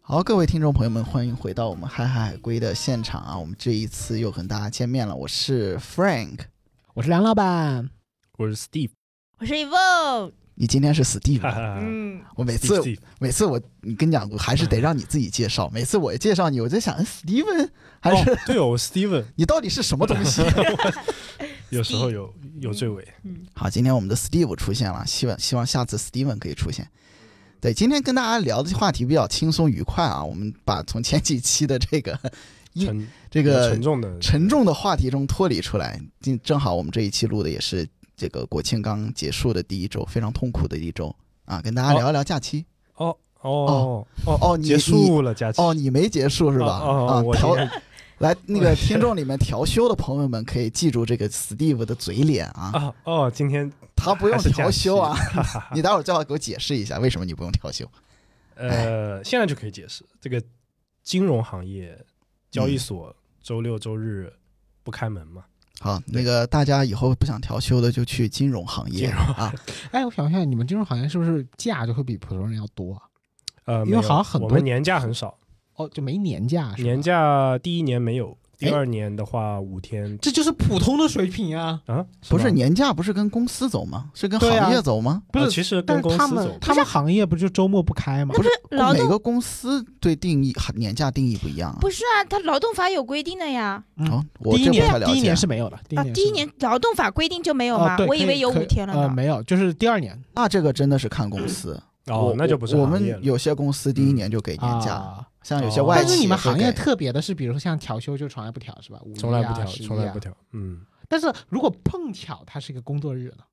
好，各位听众朋友们，欢迎回到我们嗨嗨海龟的现场啊！我们这一次又跟大家见面了，我是 Frank，我是梁老板，我是 Steve，我是 Evo，你今天是 Steve，哈吧哈哈嗯，我每次 Steve, Steve 每次我你跟你讲，我还是得让你自己介绍。每次我介绍你，我在想嗯，Steven 还是、哦、对哦，Steven 你到底是什么东 西？有时候有嗯有这位，好，今天我们的 Steve 出现了，希望希望下次 Steven 可以出现。对，今天跟大家聊的话题比较轻松愉快啊，我们把从前几期的这个一沉这个沉重的沉重的话题中脱离出来。今正好我们这一期录的也是这个国庆刚结束的第一周，非常痛苦的一周啊，跟大家聊一聊假期。哦哦哦哦你结束了假期哦，你没结束是吧？哦哦啊，我调应来那个听众里面调休的朋友们可以记住这个 Steve 的嘴脸啊，啊哦，今天他不用还是假调休啊期， 你待会儿最好给我解释一下为什么你不用调休。呃，现在就可以解释这个金融行业交易所周六周日不开门嘛？好，那个大家以后不想调休的就去金融行业金融啊，哎，我想问一下，你们金融行业是不是假就会比普通人要多啊？呃，因为没有好像很我多们年假很少，哦，就没年假是吧？年假第一年没有，第哎二年的话五天这就是普通的水平啊，啊，不是吗年假不是跟公司走吗？是跟对啊行业走吗？不啊是其实但跟是公他司们走他们行业不就周末不开吗？不是劳哦每动个公司对定义年假定义不一样啊。不是啊，它劳动法有规定的呀。嗯哦，我第一这不年太了第一解年。是没有的，第一啊，年第一年劳动法规定就没有啊，吗对，？我以可为有可五天了呃，呢。没有，就是第二年那这个真的是看公司嗯哦我，那就不是我我行业们了。有些公司第一年就给年假，啊。像有些哦外企但是你们行业也会给特别的是，比如说像调休就从来不调是吧？五一啊从来不调，十一啊从来不调。嗯，但是如果碰巧它是一个工作日呢？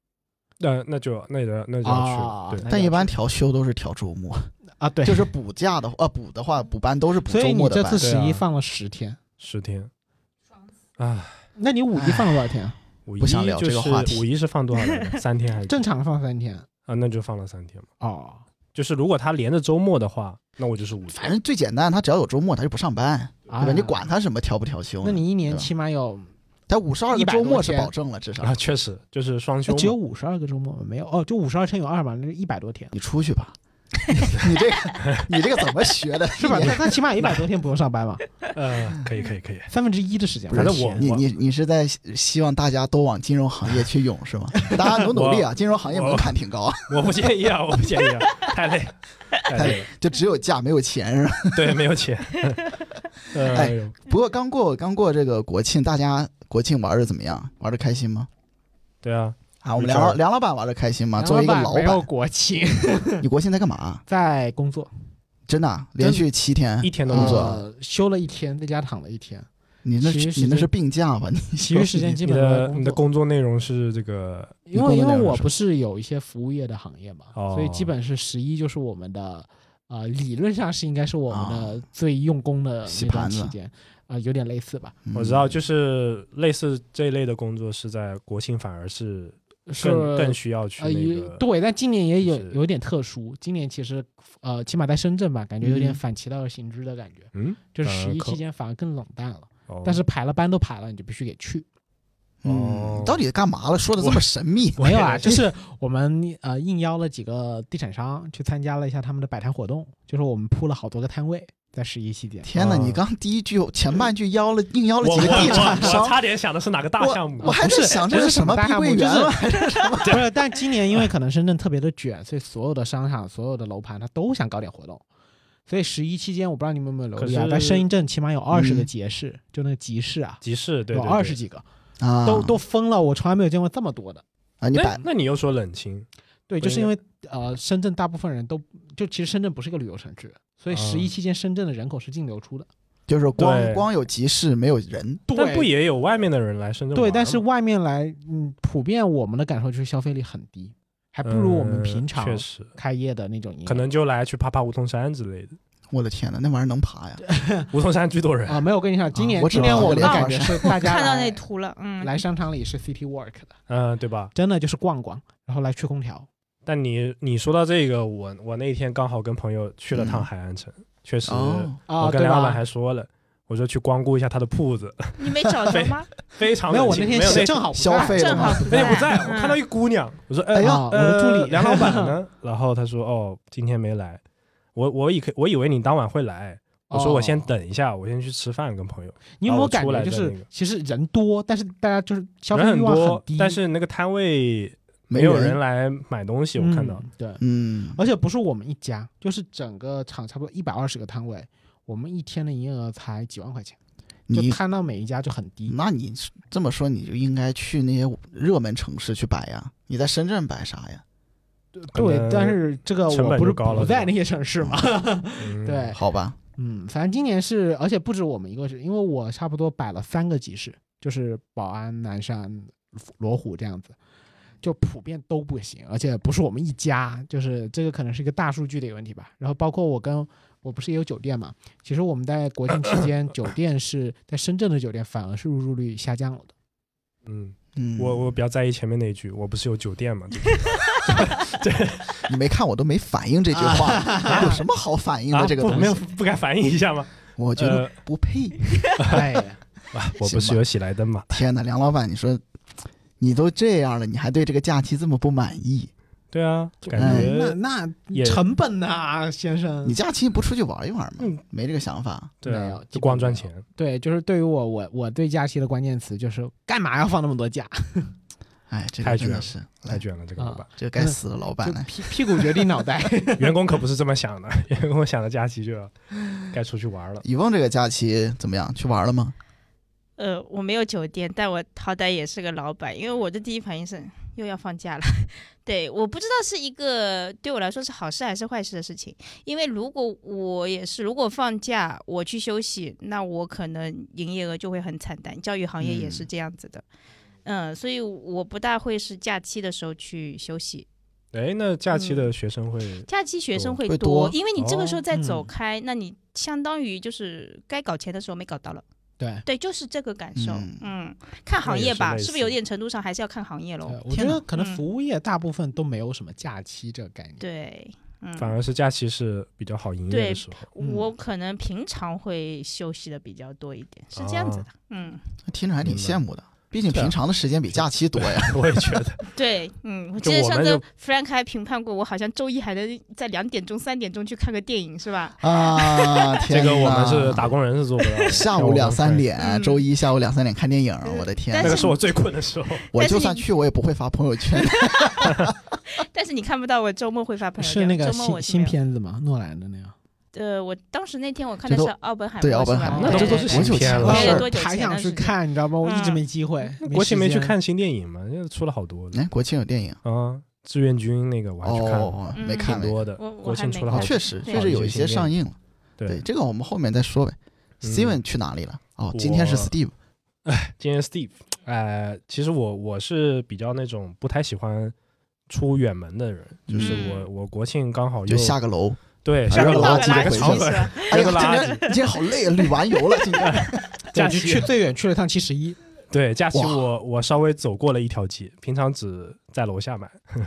那那就那就那就要去了。啊对，但一般调休都是调周末，啊，对，就是补假的呃补的话补班都是补所周以你末这的班次。十一对啊放了十天，十天。啊，那你五一放了多少天啊？五一不想聊就这个是话题五一是放多少 天？三天还是正常放三天啊？那就放了三天嘛。哦。就是如果他连着周末的话，那我就是五反天。正最简单，他只要有周末他就不上班，啊对吧？你管他什么调不调休呢？那你对一年吧起码有他五十二个100周末多是天保证了，至少啊，确实就是双休哎嘛。只有五十二个周末吗没有哦，就五十二乘以二嘛，那一百多天你出去吧。 你这个你这个怎么学的？是吧？那那起码一百多天不用上班嘛，呃，可以可以可以。三分之一的时间嘛。反正我你我你你是在希望大家都往金融行业去涌是 吗？大家努努力啊，金融行业门槛挺高啊，我不建议啊，我不建议啊，太累，太累了。就只有价没有钱是吧？对，没有 钱。哎呃，不过刚过刚过这个国庆，大家国庆玩的怎么样？玩的开心吗？对啊，啊，我们没梁事儿老梁老板玩的开心吗？作为一个然老后吧没有板，国庆，你国庆在干嘛？啊在工作，真的啊连续七天一天都工没作，啊呃，休了一天，在家躺了一天，你那其实时你那间是病假吧？你其余时间基你本都在的你的作。工作内容是这个因你工作为因内为容我是不是有一些服务业的行业嘛，哦所以基本是十一就是我们的，呃，理论上是应该是我们的最用功的洗那段盘子期间，啊、有点类似吧，嗯我知道，就是类似这一类的工作是在国庆反而是是更更需要去呃，那有个。对，但今年也有就是有点特殊。今年其实，呃，起码在深圳吧，感觉有嗯点反其道而行之的感觉，嗯，就是呃十一可期间反而更冷淡了。哦但是排了班都排了，你就必须得去。哦嗯，到底干嘛了？说的这么神秘，没有啊，就是我们呃应邀了几个地产商去参加了一下他们的摆摊活动，就是我们铺了好多个摊位在十一期间。天哪！啊你刚第一句前半句邀了硬邀了我几个我地产我我商，差点想的是哪个大项目，我还不在是想这不是是什么大碧项目桂园啊就是了。 不是，但今年因为可能深圳特别的卷，所以所有的商场、所有的楼盘，它都想搞点活动。所以十一期间，我不知道你们有没有留意啊可，是在深圳起码有二十个嗯集市，就那个集市啊，集市对有对二对十几个，啊，都都疯了，我从来没有见过这么多的。啊，你那摆哎那你又说冷清，对，不就是应因为呃，深圳大部分人都就其实深圳不是一个旅游城市，所以啊十一期间深圳的人口是净流出的。就是光对光有集市没有人，但不对，也有外面的人来深圳玩吗？对，但是外面来，嗯，普遍我们的感受就是消费力很低，还不如我嗯们平常确实，开业的那种营业。可能就来去爬爬梧桐山之类的，我的天哪，那玩意儿能爬呀？梧桐山居多人啊，没有，我跟你讲，今啊年我只今年爬我过们的两感个觉是大家看到来那图了，嗯，来商场里是 City Work 的，嗯，对吧？真的就是逛逛，然后来吹空调。但你你说到这个，我我那天刚好跟朋友去了趟嗯海岸城，确实，哦，啊，我跟对梁老板吧？还说了。我说去光顾一下他的铺子，你没找着 吗？ 非常没有，冷我清那天没有正好不消在费正好那天不在在，，我看到嗯一姑娘，我说哎哎呀啊我的助呃理梁老板呢？然后他说哦，今天没来。我我以我以为你当晚会来，我说我先哦等一下，我先去吃饭跟朋友。你有没啊有我感出觉来就的是、那个其实人多，但是大家就是消费人欲很望多很低，，但是那个摊位没有人啊来买东西，我看到嗯对，嗯，而且不是我们一家，就是整个厂差不多一百二十个摊位，我们一天的营业额才几万块钱，就你摊到每一家就很低。那你这么说，你就应该去那些热门城市去摆呀。你在深圳摆啥呀？可对能，但是这个成我本不是就高了不在是吧那些城市嘛，嗯对，好吧，嗯，反正今年是，而且不止我们一个是，因为我差不多摆了三个集市，就是宝安、南山、罗湖这样子，就普遍都不行，而且不是我们一家，就是这个可能是一个大数据的一个问题吧。然后包括我跟我不是也有酒店嘛，其实我们在国庆期间，酒店是在深圳的酒店反而是入住率下降了的。嗯，嗯，我我比较在意前面那一句，我不是有酒店嘛，你没看我都没反应这句话，有什么好反应啊的这个不东没有西？不敢反应一下吗？我觉得呃，不配。哎呀，啊我不是有喜来登嘛？天哪，梁老板，你说你都这样了，你还对这个假期这么不满意？对啊，感那觉那也成本呐、先生你，假期不出去玩一玩吗嗯？没这个想法。对没有啊，基就本光赚没有钱。对，就是对于我，我我对假期的关键词就是干嘛要放那么多假？哎，这太个卷真的了是，太哎卷了，这个嗯老板，这该死的老板就呢？屁屁股决定脑 袋。员工可不是这么想的， 员工想着假期就要该出去玩了。以梦这个假期怎么样？去玩了吗？呃，我没有酒店，但我好歹也是个老板，因为我的第一反应是又要放假了。 对，我不知道是一个对我来说是好事还是坏事的事情，因为如果我也是，如果放假我去休息，那我可能营业额就会很惨淡，教育行业也是嗯这样子的。嗯所以我不大会是假期的时候去休息，哎，那假期嗯的学生会假期学生会会多因为你这个时候再走哦嗯开，那你相当于就是该搞钱的时候没搞到了。 对，对，就是这个感受。嗯嗯，看行业吧，那也是类似是不是有点程度上还是要看行业喽？啊我觉天哪得可能嗯服务业大部分都没有什么假期这个概念。对，嗯，反而是假期是比较好营业对的时候，我可能平常会休息的比较多一点，是这样子的。嗯，听着还挺明白羡慕的，毕竟是啊平常的时间比假期多呀。 我也觉 得。对，嗯，我就记得我上们次就 Frank 还评判过，我好像周一还能在两点钟、三点钟去看个电影，是吧？ 啊，这天个我们哪是打工人是做不 到的。下午两三，点，嗯周一下午两三点看电影，我的天但 那哪个！嗯是我最困的时 候。我但是就你算去，我也不会发朋友 圈。但是你看不到我周末会发朋友圈，是那个周末我新是新没有。片子吗？诺兰的那个？呃，我当时那天我看的这是都奥本海默，对，是吧奥本海默，那这对都对是对很久前嗯前了对了多。久还前想的去事情看，你知道吗？我一直嗯没 机会。国庆没去时间，看新电影嘛，现在出了好多的哎，国庆有电影啊，志愿军那个我还去看了，哦，没嗯看没挺看多的我我。国庆还没出了啊好看多确实对确实有一些上映了。对，对，这个我们后面再说呗。嗯 Steven 去哪里了？哦，今天是我 Steve，今天 Steve，呃，其实我我是比较那种不太喜欢出远门的人，就是我、嗯我国庆刚好就又下个楼。对下下个个楼楼垃圾买个回去草了本，哎呀，个垃圾今天今天好累啊，旅完游了。今天假我就期去最远去了趟七十一，对假期哇我我稍微走过了一条街，平常只在楼下买，我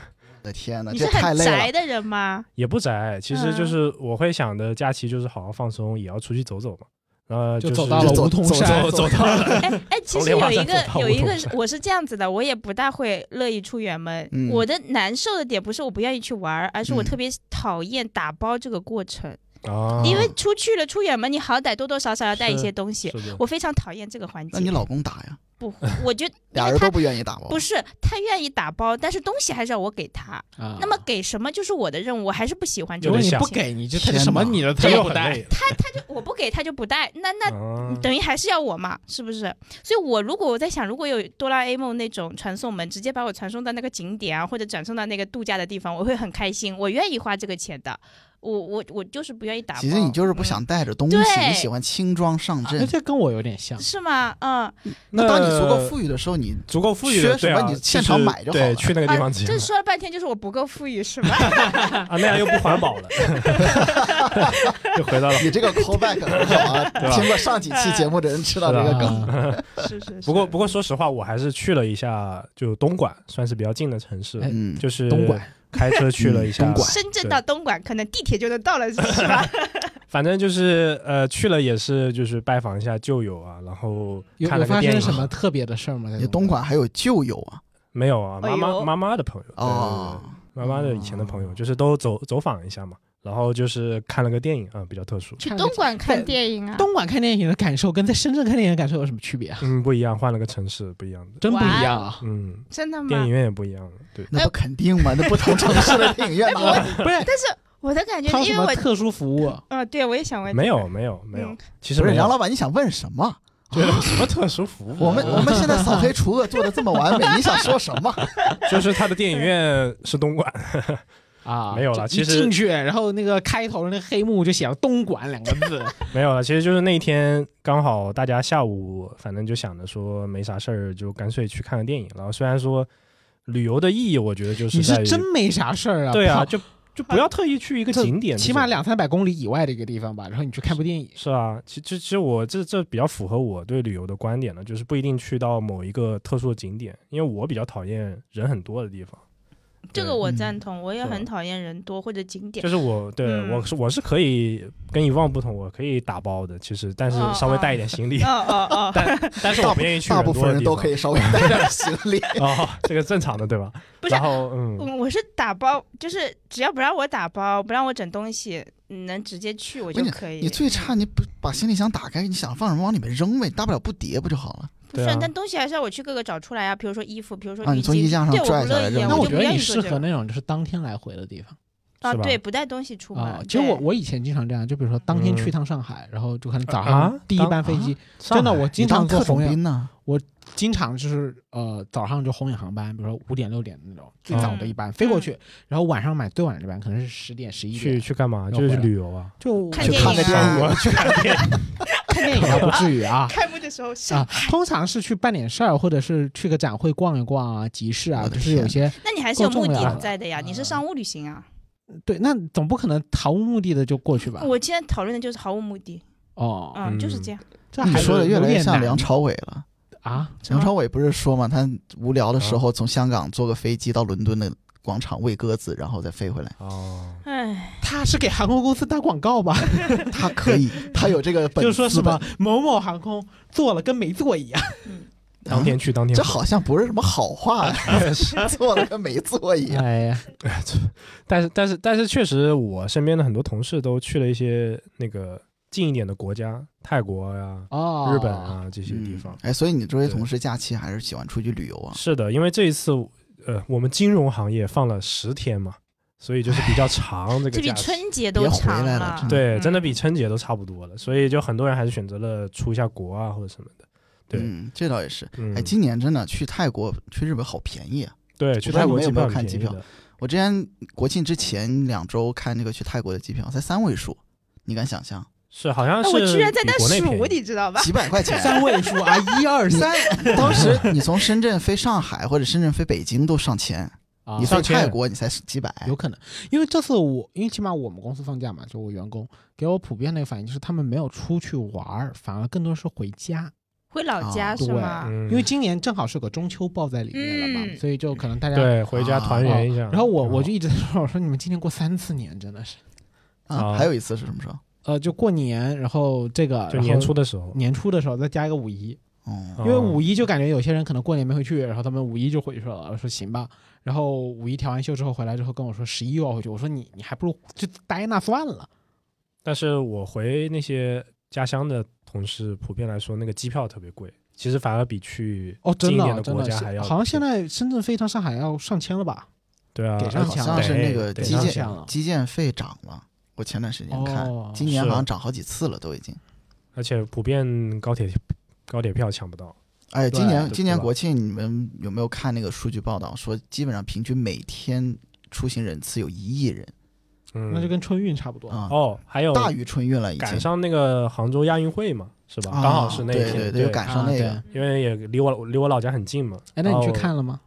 的天哪，你这是太很累宅了。的人吗？也不宅，其实嗯就是我会想的假期就是好好放松，也要出去走走嘛，呃然后 就是走到了走梧桐走山，走走到了哎哎，其从实莲有花一山个走到有一梧个桐山，我是这样子的，我也不大会乐意出远门。嗯我的难受的点不是我不愿意去玩儿，而是我嗯特别讨厌打包这个过程，啊，因为出去了出远门，你好歹多多少少要带一是些东西。是的我非常讨厌这个环那你节，老公打呀？不，我 觉得哦因俩为人他都不愿意打吧？不是他愿意打包，但是东西还是要我给他。 啊那么给什么就是我的任务，我还是不喜欢这如有果种点你事情。像不给，你就他天什么哪你的他这都又不很带。累，我不给他就不带，那那啊等于还是要我嘛，是不是？所以，我如果我在想，如果有哆啦 A 梦那种传送门，直接把我传送到那个景点啊，或者转送到那个度假的地方，我会很开心，我愿意花这个钱的。我我我就是不愿意打包。其实你就是嗯、不想带着东西，对你喜欢轻装上啊那阵。这跟我有点像，是吗？ 嗯，啊那当你足够富裕的时候，你足够富裕的，缺什对啊么你就现场是买就好了对，去那个地啊方直接这买说了半天就是我不够富裕，是吗？ 啊，那样又不环保 了，就回到了。 你这个 callback 很好 啊对，吧听过上几期节目的人知道这个梗。啊是是是。不过不过说实话，我还是去了一下，就东莞算是比较近的城市，哎嗯，就是东莞开车去了一嗯下东，莞深圳到东莞可能地铁就能到了，是 吧？反正就是呃去了也是就是拜访一下旧友啊，然后有看有了个发电生影。啊什么特别的事儿吗？在你东莞还有旧友啊？没有啊，哎妈呦妈妈妈的朋友对对哎对哦，妈妈的以前的朋友，就是都走走访一下嘛，然后就是看了个电影啊，比较特殊，去看了东莞看对电影啊，东莞看电影的感受跟在深圳看电影的感受有什么区别啊？嗯，不一样，换了个城市，不一样的，真不一样哦啊！嗯，真的电吗影？院也不一样了，对， 哎那不肯定吗？那不同城市的电影院哪来？不是，但是我的感觉它有，因什为么我，特殊服务啊？嗯、对我也想问，没有，没有，没有嗯，其实不是没有杨老板，你想问什么？ 对，什么特殊服务？啊我 们我们现在扫黑除恶做的这么完美，你想说什么？就是他的电影院是东莞，啊，没有了就其一实进去，然后那个开头的那个黑幕就写了“东莞”两个 字， 没有了。其实就是那一天刚好大家下午，反正就想着说没啥事儿，就干脆去看个电影。然后虽然说旅游的意义，我觉得就是你在是于真没啥事儿啊？对啊，跑就就不要特意去一个这景点，起码两三百公里以外的一个地方吧，然后你去看部电影，是啊，其其其实我这这比较符合我对旅游的观点了，就是不一定去到某一个特殊的景点，因为我比较讨厌人很多的地方。这个对我嗯赞同，我也是吧很讨厌人多或者景点就。是我对、嗯我是我是可以跟以往不同，我可以打包的，其实但是哦稍微哦带一点行李，哦哦哦， 但是我不愿意去大部分人都可以以稍微带点行 李。哦， 这个正常的对吧？不是然后嗯，嗯我是打包，就是只要不让我打包，不让我整东西，嗯能直接去我就关键可以。啊你最差你不把行李箱打开，你想放什么往里面扔呗，大不了不叠不就好了？不对是啊，但东西还是要我去各个找出来啊，比如说衣服，比如说啊你浴从巾衣架上对，我拽不下来乐意啊，扔那我我就不觉得愿你意做这适合个那种就是当天来回的地方啊，是吧对，不带东西出门啊。。其实对我我以前经常这样，就比如说当天去嗯一趟上海，然后就可能早啊上第一当班飞机，上真的海我你经当常特坐种红眼，兵呢？经常就是呃早上就红眼航班，比如说五点六点那种最早的一班、嗯飞过去，然后晚上买最晚的班可能是十点十一去点，去干嘛？要就是回来旅游啊。就看去电看影个电啊。影，去看电影，看电影啊不至于啊开幕的时候上啊，通常是去办点事儿，或者是去个展会逛一逛啊，集市啊，我的就是有天些那你还是有够目重要的了在的呀，你是啊商务旅行啊。对，那总不可能毫无目的的就过去吧？我现在讨论的就是毫无目的，哦，嗯，就是嗯这样。这你还说的是越有来越点像难梁朝伟了。啊，什梁么朝伟不是说嘛，他无聊的时候从香港坐个飞机到伦敦的广场喂鸽子，然后再飞回来。 哦，唉，他是给航空公司打广告吧？他可以， 他有这个 本就事。是说什么？某某航空做了跟没做 一样，当天去当天啊这回好像不是什么好话， 来是做了跟没做一 样。哎呀， 但是但是但是，确实我身边的很多同事都去了一些那个近一点的国家，泰国呀、哦，，日本，啊这些地方。哎，所以你这位同事假期还是喜欢出去旅游啊？是的，因为这一次呃，我们金融行业放了十天嘛，所以就是比较长这这个比假期。春节都别回长来了真的对，真的嗯比春节都差不多了，所以就很多人还是选择了出一下国啊或者什么的。对嗯，这倒也是。嗯，哎，今年真的去泰国、去日本好便宜啊！对去泰我国不知道你们有没有很看便机宜票的我之前国庆之前两周看那个去泰国的机票才三位数，你敢想象？是好哎像是我居然在比那国内便数，宜你知道吧？几百块钱三位数啊， 一二三，三。当时你 从深圳飞上海或者深圳飞北京都上千，啊你飞算上千泰国你才几百。有可能，因为这次我，因为起码我们公司放假嘛，就我员工给我普遍的反应就是他们没有出去玩儿，反而更多是回家，回老家啊是对吗？嗯因为今年正好是有个中秋抱在里面了嘛，嗯所以就可能大家。对嗯回家团圆一下。啊然后我挺好我就一直在说，我说你们今年过三次年真的是，啊，啊还有一次是什么时候？呃，就过年，然后这个就然后年初的时候，年初的时候再加一个五一，哦，嗯因为哦五一就感觉有些人可能过年没回去，然后他们五一就回去了，我说行吧。然后五一调完休之后回来之后跟我说十一又要回去，我说你你还不如就待那算了。但是我回那些家乡的同事，普遍来说，那个机票特别贵，其实反而比去哦，近一真的点啊真国的家还是，要好像现在深圳飞一趟上海要上千了吧？对啊，给上好钱像是那个对基上建钱了基建费涨了，我前段时间看，哦，今年是好像涨好几次了，都已经。而且普遍高铁高铁票抢不到，哎，对今年对今年对吧国庆你们有没有看那个数据报道？说基本上平均每天出行人次有一亿人嗯，那就跟春运差不多。啊，哦，还有大于春运了已赶经。上那个杭州亚运会嘛，是吧？啊刚好是那一对天，对对，赶上那个啊因为也离我离我老家很近嘛。哎，那你去然后看了吗？嗯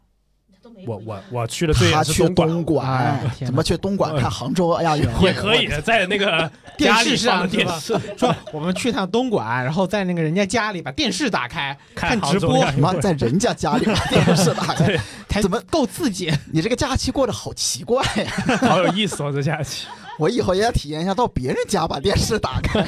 我我我去的最他远是去东莞，啊东哎莞，天哪怎么去东莞看杭州啊哎亚运会？嗯 也可以在那个电家里视放上的是电吧？视说我们去趟东莞，然后在那个人家家里把电视打开，看杭直州播亚什运么会。在人家家里把电视打开？才怎么够刺激？你这个假期过得好奇怪呀！ 好有意思哦，这假期。我以后也要体验一下到别人家把电视打开。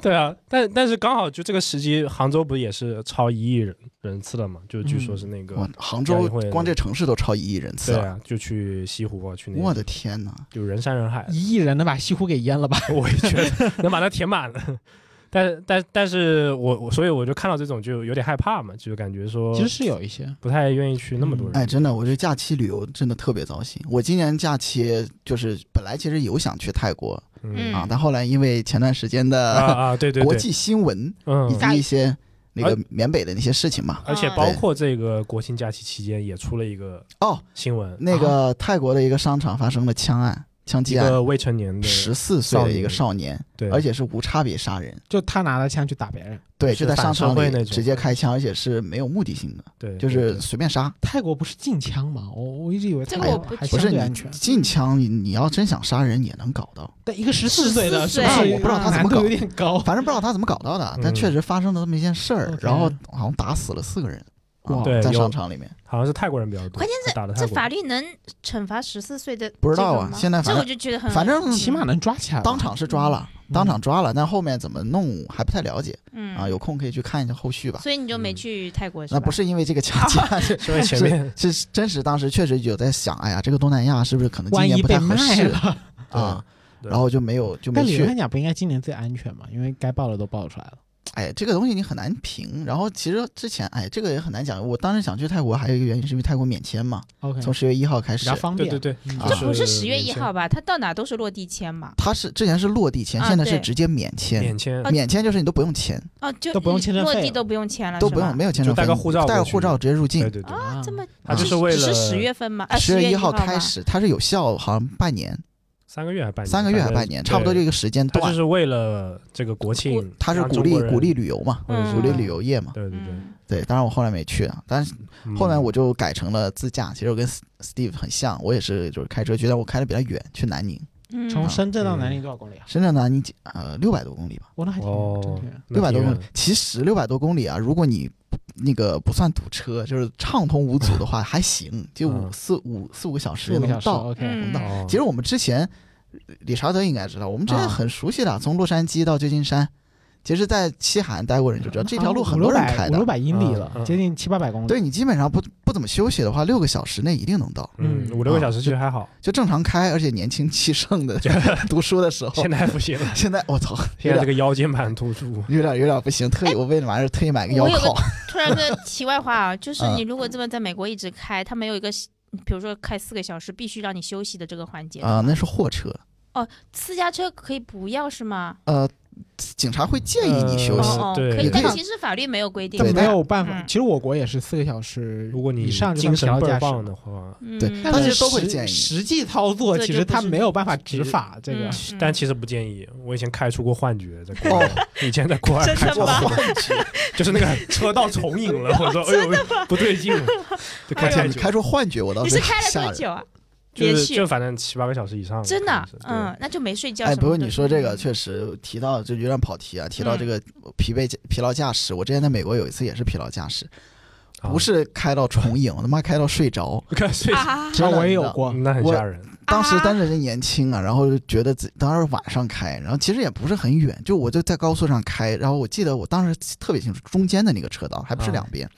对啊，但但是刚好就这个时机，杭州不也是超一亿人人次了嘛？就据说是那个，哇，杭亚州运会光这城市都超一亿人次对了，啊，就去西湖啊，去那我个的天哪！就人山人海，啊一亿人能把西湖给淹了吧？ 我也觉得能把它填满了。 但但但是我我所以我就看到这种就有点害怕嘛，就感觉说其实是有一些，不太愿意去那么多人。哎，真的，我这假期旅游真的特别糟心。我今年假期就是本来其实有想去泰国嗯啊嗯，但后来因为前段时间啊的 啊，对对国对，际新闻嗯哎以，及一些那个缅北的那些事情嘛，而且啊包括这个国庆假期期间也出了一个哦，新闻，那啊个泰国的一个商场发生了枪案、枪一击案，个未成年的，十四岁的一个少少年，对，而且是无差别杀人，就他拿着枪去打别人。对，是就在商场反社会那里种直接开枪，而且是没有目的性的，对，就对是随便杀。泰国不是禁枪吗？我我一直以为这个泰我国不还清不相是对你安全。禁枪，你你要真想杀人也能搞到，但一个十四岁的， 14是岁我不知不是道他怎么难度搞有点 高。反正不知道他怎么搞到的，但嗯确实发生了这么一件事儿我，然后天好像打死了四个人，哇啊对在有嗯商场里面。好像是泰国人比较多，关键打的泰这国人法律能惩罚十四岁的不知道啊这个吗现在反这正我就觉得很反正起码能抓起来吧。当场是抓了，嗯当场抓了，但后面怎么弄还不太了解嗯啊，有空可以去看一下后续吧。所以你就没嗯去泰国是吧？那不是因为这个枪击案， 是因为前面是是真实当时确实有在想，哎呀，这个东南亚是不是可能今万年一不被太合卖适了，啊？对然后就没有就没 但理论去上。讲不应该今年最安全嘛？因为该爆的都爆出来了。哎，这个东西你很难评。然后其实之前哎，这个也很难讲。我当时想去泰国，还有一个原因是因为泰国免签嘛， OK，从十月一号开比始较。方对便。对对，嗯，啊这就不是是十月一免签号吧？他到哪都是落地签嘛。它是之前是落地签，啊现在是对直接免签。免签免签就是你都不用签，哦，就都不用签证落费地了都不用签了，都啊是不吧用没有签证费，就带个护照带个过去护照直接入对境。对对，啊，这么它只就是为只了是啊十月份吗？十月月一一号吗开，始，它是有效，好像半年、三个月还半年三个月还反正半年，差不多对这个时间他就段。是为了这个国庆，它是让鼓中励国人鼓励，旅游嘛，或者是鼓励嗯旅游业嘛。对对对。嗯对，当然我后来没去啊，但是嗯后来我就改成了自驾。其实我跟 Steve 很像，我也是就是开车去，但我开的比较远，去南宁。嗯，从深圳到南宁多少公里啊？深圳南宁呃六百多公里吧，我那还挺远，真哦挺远。，六百多公公里，其实六百多公里啊，如果你不那个不算堵车，就是畅通无阻的话，还行，就五嗯四五四五个小时四也五个能小时到。 ，OK。嗯哦，其实我们之前，理查德应该知道，我们之前啊很熟悉的，从洛杉矶到旧金山，其实，在西海岸待过人就知道，这条路很多人开嗯啊五的六。百英里嗯了，嗯接近七八百公里。对你基本上不不怎么休息的话，六个小时内一定能到，嗯嗯五六个啊小时其实还好，就正常开，而且年轻气盛 的读书的时候。，现在不行 了现在我操，有现在点这个腰间盘突出，有点有点不行，特哎意我为了玩意儿特意买个我腰有个靠。突然个 题外话啊，就是嗯你如果这么在美国一直开，他没有一个，比如说开四个小时必须让你休息的这个环节。啊、那是货车。私家车可以不要是吗？呃，警察会建议你休呃息。哦哦，对可以，对但其实法律没有规定但对。没有办法，嗯其实我国也是四个小时， 如果你以上就精算神调倍价儿是棒的话，嗯对嗯但但是是都会实建议实际操作这其就实不他是没有办法执法这个嗯。其但其实不建议。我以前开出过幻觉，在哦国外，以前在国外真的开过吗幻觉， 就是那个车道重影了，我说哎呦不对劲 了，就开哎呀太你久，开出幻觉，我倒你是开了吓多人。久啊？就连是续就反正七八个小时以上了，真可的能是，嗯，，那就没睡觉。哎，不过过你说这个确实提到就有点跑题啊，提到这嗯个疲惫疲劳驾驶，我之前在美国有一次也是疲劳驾驶，对不，是开到重影，我他妈开到睡着。啊 看睡，啊，只真要的嗯我也有真的过，那很我吓人，当时啊当时人年轻啊，然后就觉得自己当时晚上开，然后其实也不是很远，就我就在高速上开，然后我记得我当时特别清楚，中间的那个车道还不是啊两边，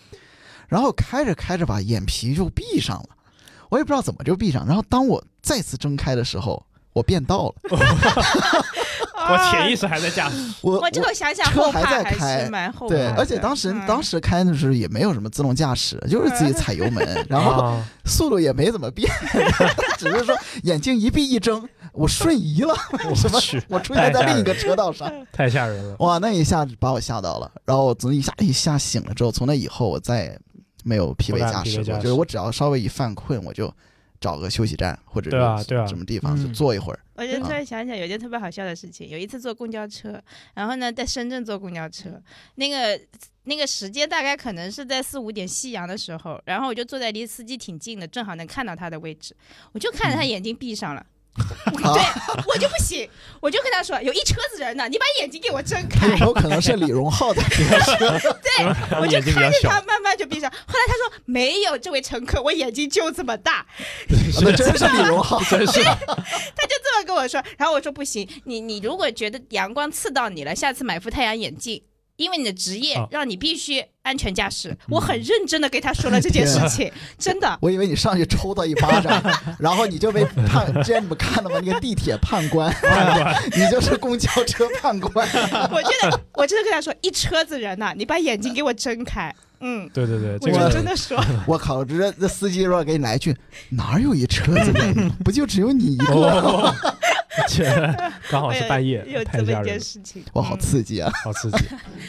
然后开着开着吧，眼皮就闭上了，我也不知道怎么就闭上，然后当我再次睁开的时候，我变道了，我潜意识还在驾驶，我啊我这个想想车后还怕在还开是蛮后怕对，的。而且当时嗯当时开的时候也没有什么自动驾驶，就是自己踩油门，然后啊速度也没怎么变， 只是说眼睛一闭一睁，我瞬移了，我什么去，我出现在另一个车道上。太吓人 了，哇，那一下子把我吓到了，然后我从一下一下醒了之后，从那以后我再也没有疲惫不敢驾疲惫驶过，驾就是驶我只要稍微一犯困，我就找个休息站或者对啊是 对啊什么地方就嗯坐一会儿。我就啊突然想起来有一件特别好笑的事情，有一次坐公交车，然后呢在深圳坐公交车，那个那个时间大概可能是在四五点夕阳的时候，然后我就坐在离司机挺近的，正好能看到他的位置，我就看着他眼睛闭上 了。嗯啊对，我就不行，我就跟他说有一车子人呢，你把眼睛给我睁他开。有没有可能是李荣浩 在对，我就眼睛比较看着小他慢慢就闭上。后来他说没有，这位乘客，我眼睛就这么大，那真是李荣浩，真是他就这这么跟我说，然后我说不行，你你如果觉得阳光刺到你了，下次买副太阳眼镜。因为你的职业哦嗯让你必须安全驾驶，我很认真的给他说了这件事啊情，真的。我以为你上去抽他一巴掌， 然后你就被判。之前你们看了吗？那个地铁判官， 你就是公交车判 官。我真的，我真的跟他说，一车子人呐、你把眼睛给我睁开。嗯，对对对，我这就个真 的说，我靠！这这司机说给你来一句，哪有一车子的？不就只有你一 个？ 哦，这刚好是半哎夜哎有，有太这么吓一人件了，事情。我好嗯刺激啊！好刺激。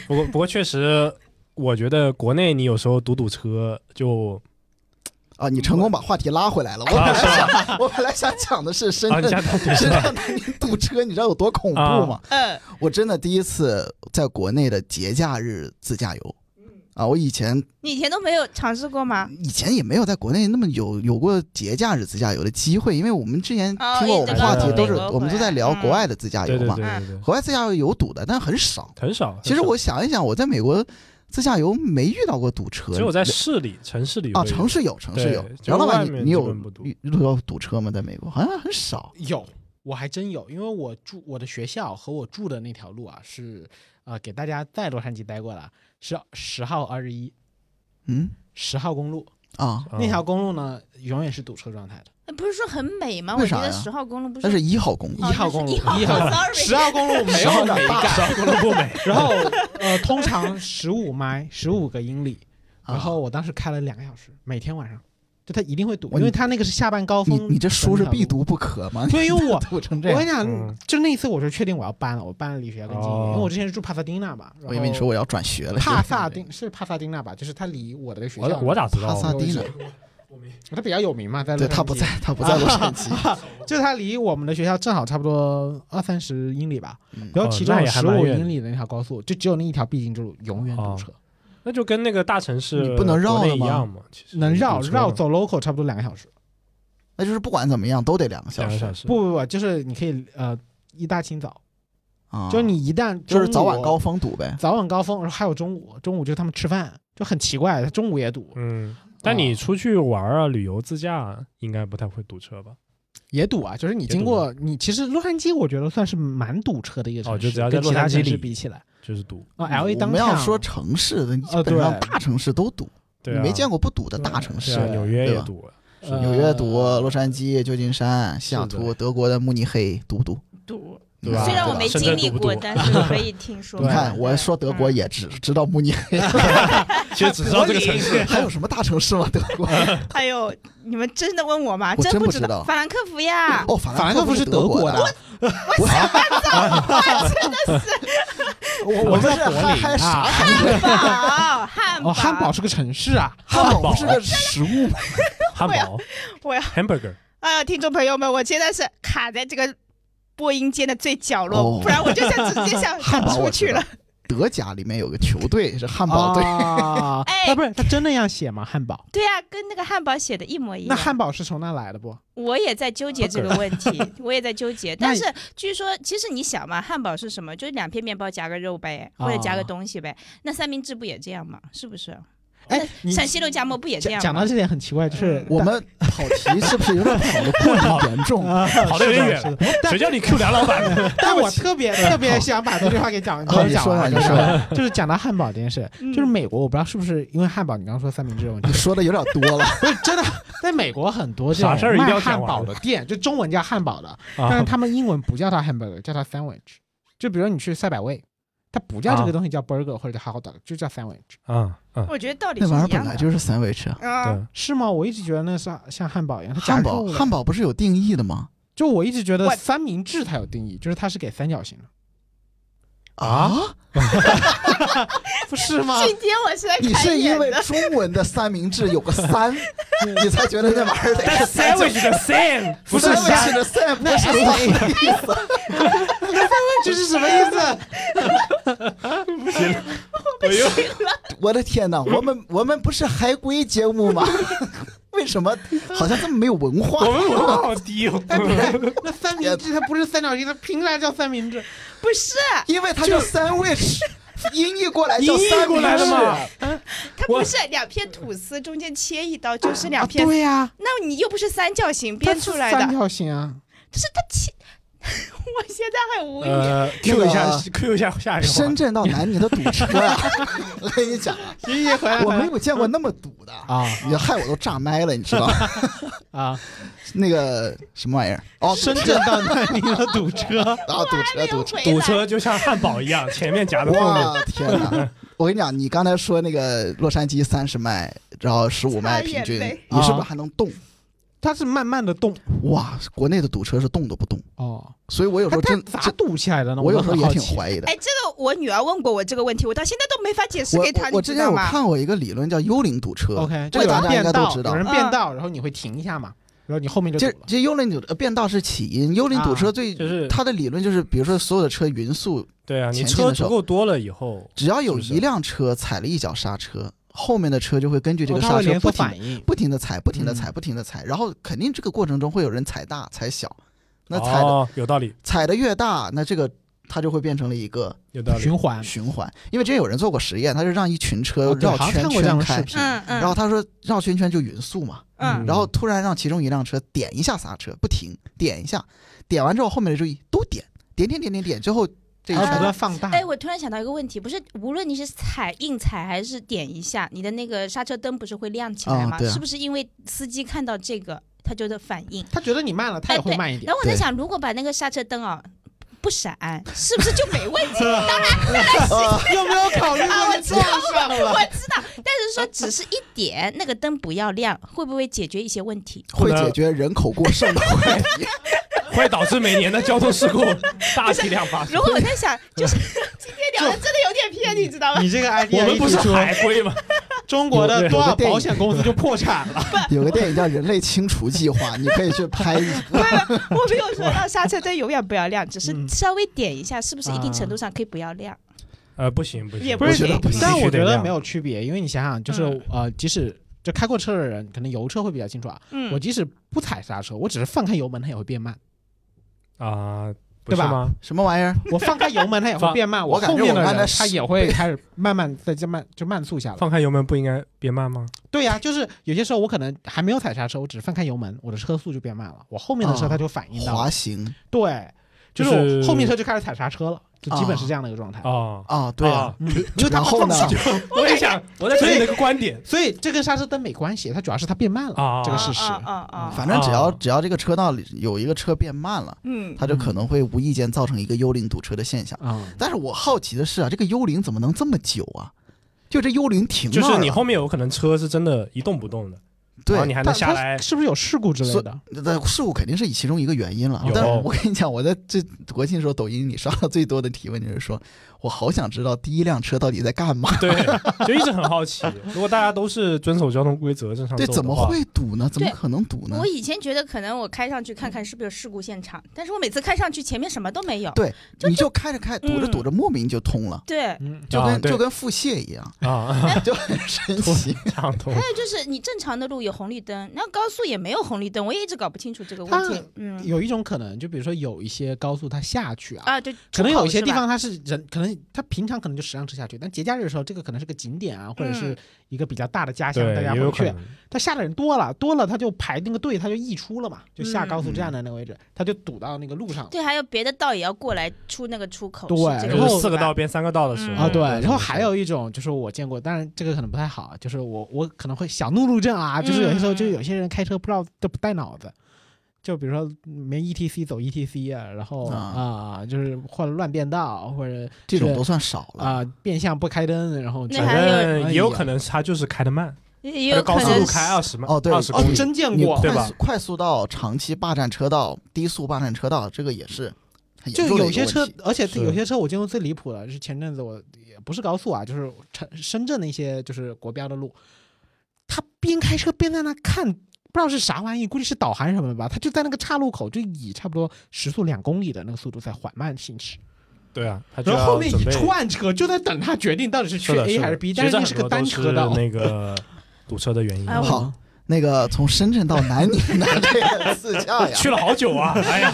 不过不过确实，我觉得国内你有时候堵堵车就啊，你成功把话题拉回来了。我本来想，我本来想讲的是深啊啊，你圳，家堵深车圳你堵车，你知道有多恐怖啊吗？嗯，我真的第一次在国内的节假日自驾游。嗯啊，我以前你以前都没有尝试过吗？以前也没有在国内那么有有过节假日自驾游的机会，因为我们之前哦听过我们话题都是一直都是我们都在聊美国回来嗯国外的自驾游对对嘛对，对对，国外自驾游有堵的，但很少。很少。哎其实很少我想一想，我在美国自驾游没遇到过堵车，只有在市里、城市里啊会有城市有城市有对。杨老板，就你外面你基有本不堵遇遇到堵车吗？在美国好像很少。有，我还真有，因为我住我的学校和我住的那条路啊，是呃给大家在洛杉矶待过了，是十号二十一嗯十号公路、啊，啊那条公路呢，永远是堵车状态的。呃不是说很美吗？为我啥觉得呀十号公路不那是是一号公路一哦那是号公路一号一号公路 sorry 十号公路没有美感，少 公路不美，然后呃通常十五迈十五个英里，然啊。后我当时开了两个小时，每天晚上，就它一定会堵，哇因你为它那个是下班高你峰。你这书是必。读不可吗？对，因为我 堵成这我跟样，你讲，嗯就那一次我就确定我要搬了，我搬了离学校更近一点，哦因为我之前是住帕萨丁纳嘛。然我以为你后说我要转学了。帕萨丁是帕萨丁纳吧？就是它离我的这个学我校，咋我咋知道帕萨啊？丁呢？它比较有名嘛，在对洛杉矶他不在，，他不在洛杉矶。就它离我们的学校正好差不多二三十英里吧。嗯然后其中哦那有也还十蛮五远的英里的那条高速，就只有那一条必经之路，永远堵车，那就跟那个大城市你不能绕国内了吗一样嘛，其实能绕堵车绕嘛走 local 差不多两个小时。那就是不管怎么样都得两个两小个时小时。不不不，就是你可以呃一大清早，啊，就是你一旦就是中午早晚高峰堵呗。早晚高峰，然后还有中午，中午就是他们吃饭，就很奇怪，他中午也堵，嗯，但你出去玩啊、旅游、自驾啊，应该不太会堵车吧？也堵啊。就是你经过你其实洛杉矶，我觉得算是蛮堵车的一个城市，哦就只要在跟其洛他杉矶城市里比起来，就是堵，啊，L A 我当们要说城市的，基本上对大城市都堵，你对啊，没见过不堵的大城对市啊，。纽约对也吧堵，呃纽约堵，洛杉矶、旧金山、西雅是图、的德国的慕尼黑堵不堵？堵，对吧吧？虽然我没深经圳历堵不过，堵但是可以听说。你对看，我说德国嗯也只知道慕尼黑，其实只知道这个城市还有什么大城市吗？德国？哎呦，你们真的问我吗？我真不不知知道法兰克福呀， 哦，法法兰克福是是德国国的， 我我 我们们在是柏还还林啥啊，城市？汉堡，汉堡，哦，汉堡。是个城市啊，汉堡不是个食物吗？哎汉堡，我要 hamburger，哎呀，听众朋友们，我现在是卡在这个播音间的最角落，哦不然我就想直接想 汉想堡出我去知道了。，德甲里面有个球队是汉堡队。啊，哎那不是他真那样写吗？汉堡，哎对呀、跟那个汉堡写的一模一那样。汉堡是从哪来的不？我也在纠结这个问题， 我也在纠结。那但是据说，其实你想嘛，汉堡是什么？就是两片面包夹个肉呗，哦或者夹个东西呗。那三明治不也这样吗？是不是？哎，你陕西肉夹馍不也这讲样讲吗到？这点很奇怪，就是嗯我们跑题是不是有点跑的过于严重？跑得有点远是的了是的，谁叫你 Q 梁老板呢？但我特别特别想把这句话给讲，好，就是你讲说吧，完，你说吧，就是讲到汉堡这件事，嗯就是美国，我不知道是不是因为汉堡，你刚刚说三明治的问题 你，说的有点多 了。不是真的，在美国很多这啥事儿种一定卖要讲汉完堡的店，就中文叫汉堡的，但是啊，他们英文不叫它 hamburger，叫它 sandwich。就比如你去赛百味，它不叫这个啊东西叫 burger 或者叫 hot dog，就叫 sandwich，啊啊，我觉得道理是那玩意儿一本样来的。就是三 c h 嗯，对，是吗？我一直觉得那是像汉堡一样，它夹汉肉堡的汉堡不是有定义的吗？就我一直觉得我三明治它有定义，就是它是给三角形的，啊，不是吗？今天我是来 你开是因眼为的。中文的三明治有个 三，你才觉得那玩意儿得但是是三角 sandwich 的 sam 不是三三明治的三，不那是三意思。这是什么意思？不行，我又 我的天哪，我 们我们不是海归节目吗？ 为什么好像这么没有文我化？们文化好低哦。哎，不是，那三明治它不是三角形，它凭啥叫三明治？不是，因为它叫 sandwich，音译过来音哎叫译三过明来的治。嘛？它我不是两片吐司中间切一刀就是啊，两片，对呀、那你又不是三角形它编出来是三的，角形啊，就是它切我现在很无语。呃那，Q 个一下，Q 一下下一个话深题。圳到南宁的堵车呀、 我跟你讲啊，一 回来我没有见过那么堵的啊，啊你害我都炸麦了，你知道吗？啊，那个什么玩意儿？哦，深圳到南宁的堵车， 啊，堵车，堵车。回来堵车就像汉堡一样，前面夹着后面。哇天 哪！我跟你讲，你刚才说那个洛杉矶三十迈，然后十五迈擦平眼均，泪你是不是还能动？啊它是慢慢的动哇，国内的堵车是动都不动，哦，所以我有时它候 真咋真，堵起来的呢？我有时候很也好挺奇怀疑的。哎，这个我女儿问过我这个问题，我到现在都没法解释我给她，我你我之知前道我吗？看过一个理论叫幽灵堵车 OK，这就个有大家人应变该都道，知有道。嗯人变道，然后你会停一下嘛，然后你后面就这堵了。啊这幽灵堵呃变道是起因，幽灵堵车最就是它的理论就是，比如说所有的车匀速，对啊，你前进车的时候足够多了以后，只要有是一辆车踩了一脚刹车，后面的车就会根据这个哦它刹会车连不锁停反应，不停的踩，不停的踩，嗯不停的踩，然后肯定这个过程中会有人踩大踩小，那踩的、哦，有道理，踩的越大，那这个它就会变成了一个有道理。循环。循环。因为之前有人做过实验，他是让一群车哦对绕好像圈看过这样圈的开视，频，嗯嗯，然后他说绕圈圈就匀速嘛，嗯然后突然让其中一辆车点一下刹车，不停点一下，点完之后后面的注意都点点点点点点，最后这一啊它不圈断放大。哎，我突然想到一个问题，不是无论你是踩硬踩还是点一下，你的那个刹车灯不是会亮起来啊吗？对啊是不是因为司机看到这个他觉得反应？他觉得你慢了，他也哎会对慢一点。然后我在对想，如果把那个刹车灯啊不闪，是不是就没问题？ 有没有考虑啊过我知道撞上了？但是说只是一点，那个灯不要亮，会不会解决一些问题？ 会解决人口过剩的 问题。 会导致每年的交通事故大体量 发生如。果我在想，就是 今天聊的真的有点偏，你知道吗？你这个 idea 我们不是一提出海归吗？中国有的有多少个电影保险公司就破产了？有个电影叫《人类清除计划》，你可以去拍一部。我没有说到刹车灯永远不要亮，只是嗯稍微点一下，是不是一定程度上可以不要亮？呃，不行不行，也不我是觉得你啊不行， 但必须我得觉得亮没有区别，因为你想想，就是嗯呃，即使就开过车的人，可能油车会比较清楚啊。嗯我即使不踩刹车，我只是放开油门，它也会变慢。 啊，不对是吧吗？什么玩意儿？我放开油门，它也会放变慢。我感后觉面的我看它人是他也会开始慢慢在这慢就慢速下来。放开油门不应该变慢吗？对呀、就是有些时候我可能还没有踩刹车，我只是放开油门，我的车速就变慢了，我后面的车啊它就反应到了。滑行对，就就是是我后面车就开始踩刹车了，就基本是这样的一个状态。哦，啊，对啊哦，嗯，因为它然后呢？ 我也想，我在所等以你那个观点所以这跟刹车灯没关系，它主要是它变慢了，啊这个事实。啊啊啊！啊嗯反正只要啊只要这个车道里有一个车变慢了，嗯，它就可能会无意间造成一个幽灵堵车的现象。啊、但是我好奇的是啊，这个幽灵怎么能这么久啊？就这幽灵停那就儿了是你后面有可能车是真的一动不动的，然后对你还能但下它来。是不是有事故之类所的？那事故肯定是以其中一个原因了有。但是我跟你讲，我在这国庆的时候，抖音里刷到最多的提问就是说，我好想知道第一辆车到底在干嘛？对，就一直很好奇。如果大家都是遵守交通规则正常对，走的怎么话？会堵呢？怎么对可能堵呢我？以前觉得可能我开上去看看是不是有事故现场，但是我每次开上去前面什么都没有。对就嗯你就开着开，堵着堵着，莫名就通了，对，嗯，就啊跟对就跟腹泻一样，啊，哎就很神 奇。畅通。还有就是你正常的路有红绿灯，那高速也没有红绿灯，我也一直搞不清楚这个问题它。嗯，有一种可能，就比如说有一些高速它下去啊，啊，对，可能有一些出口是地吧方它是人，可能它平常可能就十辆车下去，但节假日的时候，这个可能是个景点啊，或者是嗯一个比较大的家乡，对大，家也有会可去能。。它下的人多了，多了它就排那个队，它就溢出了嘛，就嗯下高速站的那个位置，它就堵到那个路上了。对，还有别的道也要过来出那个出口。对是这个就意思然是后吧四个道变三个道的时候嗯啊，对，这然个后是还有一种就是我见过，当然这个可能不太好啊，就是我我可能会小怒路症嗯啊，就是有些时候就有些人开车不知道都不带脑子，就比如说没 E T C 走 E T C 啊，然后啊、就是或者乱变道，或者这种是都算少了啊、。变向不开灯，然后就那还反有正也有哎呀可能是他就是开的慢，也他有就可高速能路是开二十嘛，哦对二十哦公，里。真见你过，对快吧速快速道、长期霸占车道、低速霸占车道，这个也是很就严重的有一个些问车题，而且是有些车我见过最离谱的是前阵子我也不是高速啊，就是深深圳的一些就是国标的路，他边开车边在那看，不知道是啥玩意，估计是导航什么的吧，他就在那个岔路口就以差不多时速两公里的那个速度在缓慢行驶，对啊，他就然要后后面准一备串车就在等他决定到底是去是的， A 的还是 B，其实但是这那是很个多单都车哦道，那个堵车的原因。哎我好，那个从深圳到南宁 的这个自驾 呀，去了 好久啊！哎呀，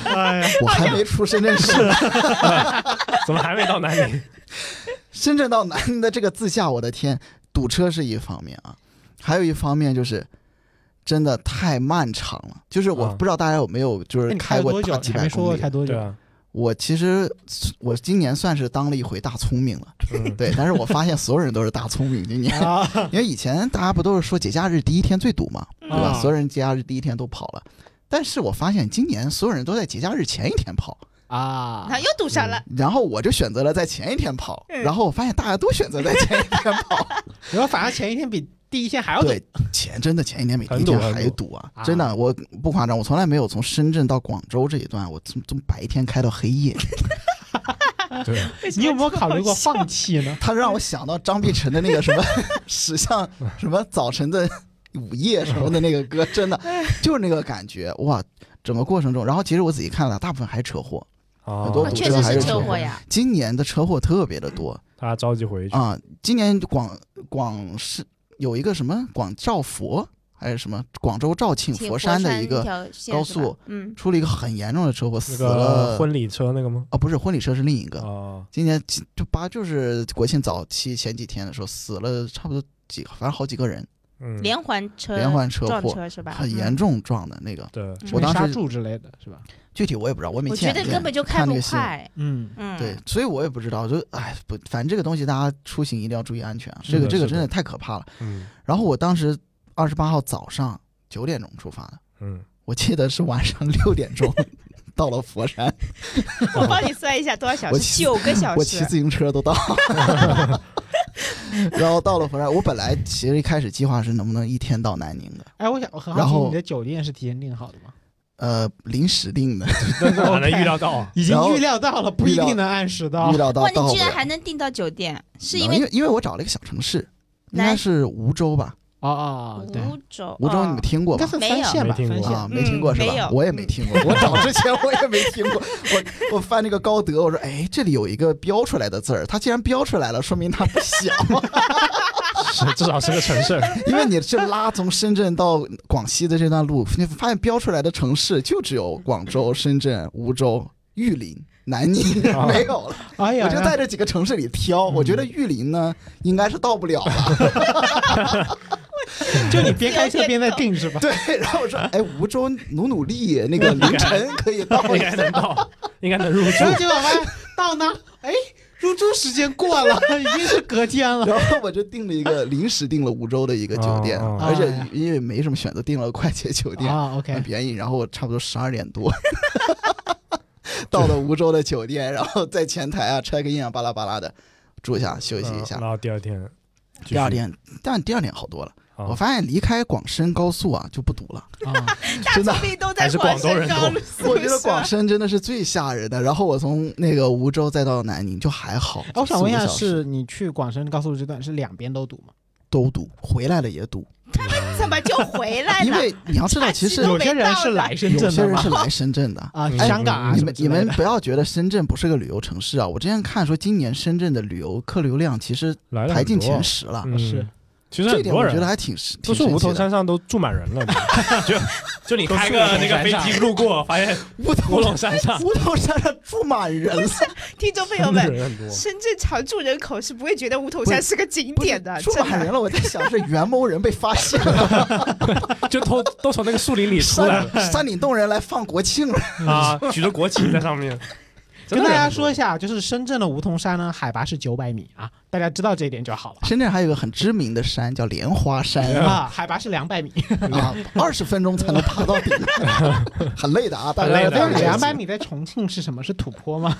我还没出深圳市 呢。怎么还没到南 宁？深圳到南宁的这个自驾，我的天，堵车是一方面啊，还有一方面就是真的太漫长了。就是我啊不知道大家有没有就那是哎你开了过多久大？几还百没说公过里开。多对久？啊，我其实我今年算是当了一回大聪明 了， 嗯，对。但是我发现所有人都是大聪明，今年啊，因为以前大家不都是说节假日第一天最堵嘛，对吧？啊所有人节假日第一天都跑了，但是我发现今年所有人都在节假日前一天跑，啊然后又堵上了，然后我就选择了在前一天跑，嗯然后我发现大家都选择在前一天跑，然后反而前一天比第一天还 要对，前真的前一天比第一很堵天很还堵堵啊！嗯啊真的，我不夸张，我从来没有从深圳到广州这一段，我从从白天开到黑夜。 对，你有没有考虑过 为什么这么好放弃呢？他让我想到张碧晨的那个什么 史上什么早晨的午夜什么的那个歌，真的就是那个感觉哇！整个过程中，然后其实我仔细看了，大部分还是车祸。啊很多啊堵确车实还是是车车祸呀，今年的车祸特别的多他着急回去，啊、今年广广是有一个什么广肇佛还是什么广州肇庆请佛山的一一个条线高是吧速，嗯，出了一个很严重的车祸，那死个了婚礼车那个吗？啊，不是婚礼车是另一个。啊，今年其就八就是国庆早期前几天的时候，死了差不多几，反正好几个人，嗯，连环车连环车撞祸车是吧？很严嗯。重撞的那个。对，嗯我当刹时住之类的是吧？具体我也不知道，我没我见觉见。得根本就看不这个新闻快，嗯，嗯，对，所以我也不知道，就哎不，反正这个东西大家出行一定要注意安全啊，这个是的这个是真的的太可怕了。嗯然后我当时二十八号早上九点钟出发的，嗯，我记得是晚上 六点钟到了佛山，我帮你算一下多少小我时，骑九个小我骑时，自行车都到。然后到了佛山，我本来其实一开始计划是能不能一天到南宁的，哎，我想我很然好奇后你的酒店是提前订好的吗？呃，临时定的，那那哪能预料到 啊？已经然后预料到了，不一预料定能按时到预。料到哇，到你不居然了。还能订到酒店，是能因因为为因为我找了一个小城市，应来该是梧州吧？哦啊哦，对，梧州，梧州你哦们听过应该吧？算没三有线吧？没听三过线啊，嗯没听过嗯是没有吧？我也没听过，我找之前我也没听过。我我翻这个高德，我说哎，这里有一个标出来的字儿，它既然标出来了，说明它不小。是，至少是个城市。因为你这拉从深圳到广西的这段路，你发现标出来的城市就只有广州、深圳、梧州、玉林、南宁，啊没有了。哎呀，我就在这几个城市里挑，我觉得玉林呢应该是到不了了。就你边开车边在订是吧？对， 然后我说哎，梧州努努力，那个凌晨可以到应一该下。能到，应该能入住然后结果发现到那，哎，入住时间过了，已经是隔天 了。然后我就订了一个临时订了梧州的一个酒店，哦哦而且哎因为没什么选择，订了快捷酒店，啊很，OK，便宜。然后我差不多十二点 多到了梧州的酒店， 然后在前台啊 check in 啊巴拉巴拉的住一下休息一嗯下。哦然后第二天，第二，天，但第二天好多了。哦我发现离开广深高速啊就不堵 了，啊，真的大。明都还在是广广东深人高多速 我觉得广是深真的是啊最吓人的。然后我从那个梧州再到南宁就还好，哎我想问一四下，五个小时是你去广深高速这段是两边都堵吗？都堵，回来了也堵， 怎嗯么就回来因了？为你要知道，其实都有没些人到是呢来深有圳些的人吗？是来深圳的。啊，嗯香港啊，嗯你什么们之你类们的不要觉得深圳不是个旅游城市啊！我之前看说今年深圳的旅游客流量其实来了排很进多前，十了，哦嗯是，其实这很一点多我人觉得还挺是都挺是神梧奇桐的。山上都住满人了， 就就你开个那个飞机路过， 发现梧乌 桐龙 山上梧桐山上住满人了，听众朋友真们的，人很多，深圳常住人口是不会觉得梧桐山是个景不是点的，住真满的。人了。我在想是元谋人被发现了， 就都都从那个树林里出来山了山顶洞人来放国庆了。啊，举着国旗在上面。真 跟的大人家很多说一下，就是深圳的梧桐山呢，海拔是九百米啊，大家知道这一点就好了。深圳还有一个很知名的山叫莲花 山啊，海拔是两百米，啊，二十分钟才能爬到顶， 很累的啊，大很家累的不要对理呃两解百米在重庆是什么？是土坡吗？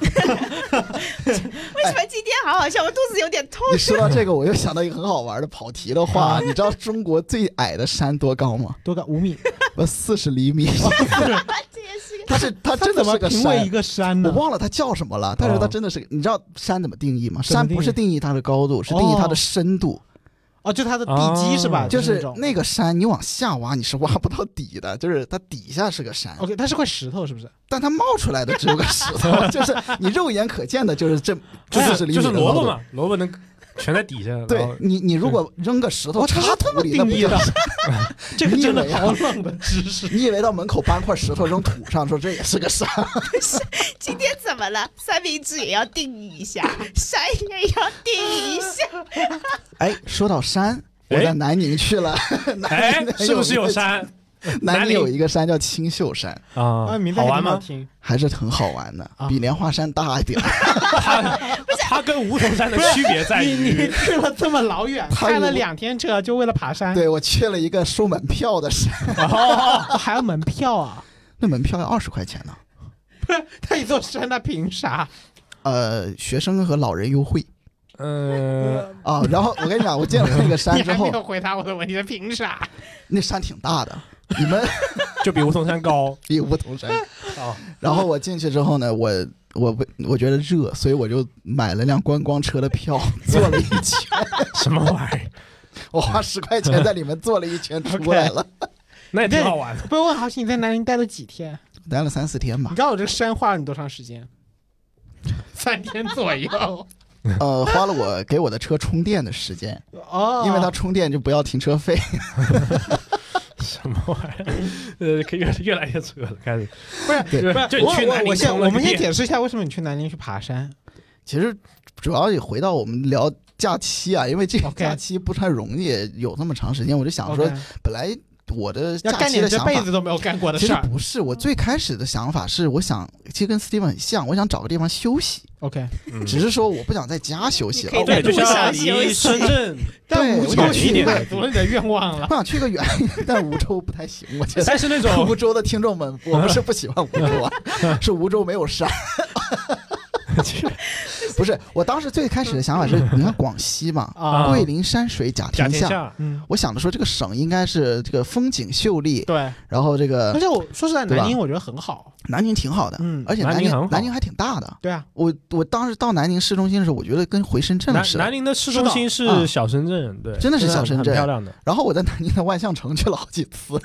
为哎什么今天好好笑？我肚子有点 痛。你说到这个，我又想到一个很好玩的跑题的话，啊你知道中国最矮的山多高 吗？多个五米，不，四十厘米。这也是个 它是它真的怎么是个评为山，一个山我呢？哦忘了它叫什么了，但是它真的是个，你知道山怎么定义吗？怎么山定义不是定义它的高度，是定义它的深度。哦，就它的地基是吧？哦就啊就是是那个山，你往下挖你是挖不到底的，就是它底下是个山， OK，它是块石头是不是？但它冒出来的只有个石头， 就是你肉眼可见的，就是这哎就40是厘米就是的高萝卜度。嘛，萝卜能全在底下，然对 后你，你如果扔个石头哦，它插是这土么里，那定不义就的是？这个真的你以为啊好冷的知 识。你以为到门口搬块石头扔土上，说这也是个山？今天怎么了？三明治也要 定义一下，山也要定义一下。哎，说到山，我哎在南宁去了， 哎，是不是有山南南宁有宁一个山叫青秀山，啊啊，明？白好玩吗吗？？还是很好玩的啊，比莲花山大一点。哎它跟梧桐山的区别在你你于，去了这么老远，他有开了两天车就为了爬山，对我去了一个收门票的山，哦，还要门票啊？那门票要二十块钱呢。不是，他一座山，他凭啥？呃，学生和老人优惠嗯，啊。然后我跟你讲，我进了那个山你之 还没后，有回答我的问题，凭啥？那山挺大的，你 们就比梧桐山 高比梧桐山哦。然后我进去之后呢，我我不我觉得热，所以我就买了辆观光车的票，坐了一 圈， 什么玩意儿？我嗯花十块钱在里面坐了一 圈，出来了，那也挺好玩的。不是问好奇你在南宁待了几天？待了三四天吧你。知道我这山花了你多长时间？三天左右。呃，花了我给我的车充电的时间，哦，因为它充电就不要停车费。什么玩意儿？呃，可以越越来越扯了，开始不是对不，就是你我去南我宁我先充了我个们先电解释一下为什么你去南宁去爬山。其实主要也回到我们聊假期啊，因为这个 OK 假期不太容易有那么长时间，我就想说 OK，本来我的假要干期点的这想辈法。子都没有干过的其事实儿。不是，我最开始的想法是，我想其实跟 Steven 很像，我想找个地方休息， OK，嗯哦只是说我不想在家休息哦你可了以，在对，就路像啊上休离息深圳，但对无我忧想去一去点满足了你的愿望 了我。想去个远，但梧州不太行，我觉得。但是那种梧州的听众们，我不是不喜欢梧州 啊，是梧州没有山。不是，我当时最开始的想法是，你看广西嘛，啊桂林山水甲甲天天下，下，嗯，我想着说这个省应该是这个风景秀丽，对。然后这而个且我说实在，呃对吧南宁我觉得很好。南宁挺好的，嗯而且南南宁很好宁南宁还挺大的。对啊，我我当时到南宁市中心的时候，我觉得跟回深圳南似南的。宁的市中心是嗯小深圳，对，真的是小深圳很漂 亮的，然后我在南宁的万象城去了好几 次，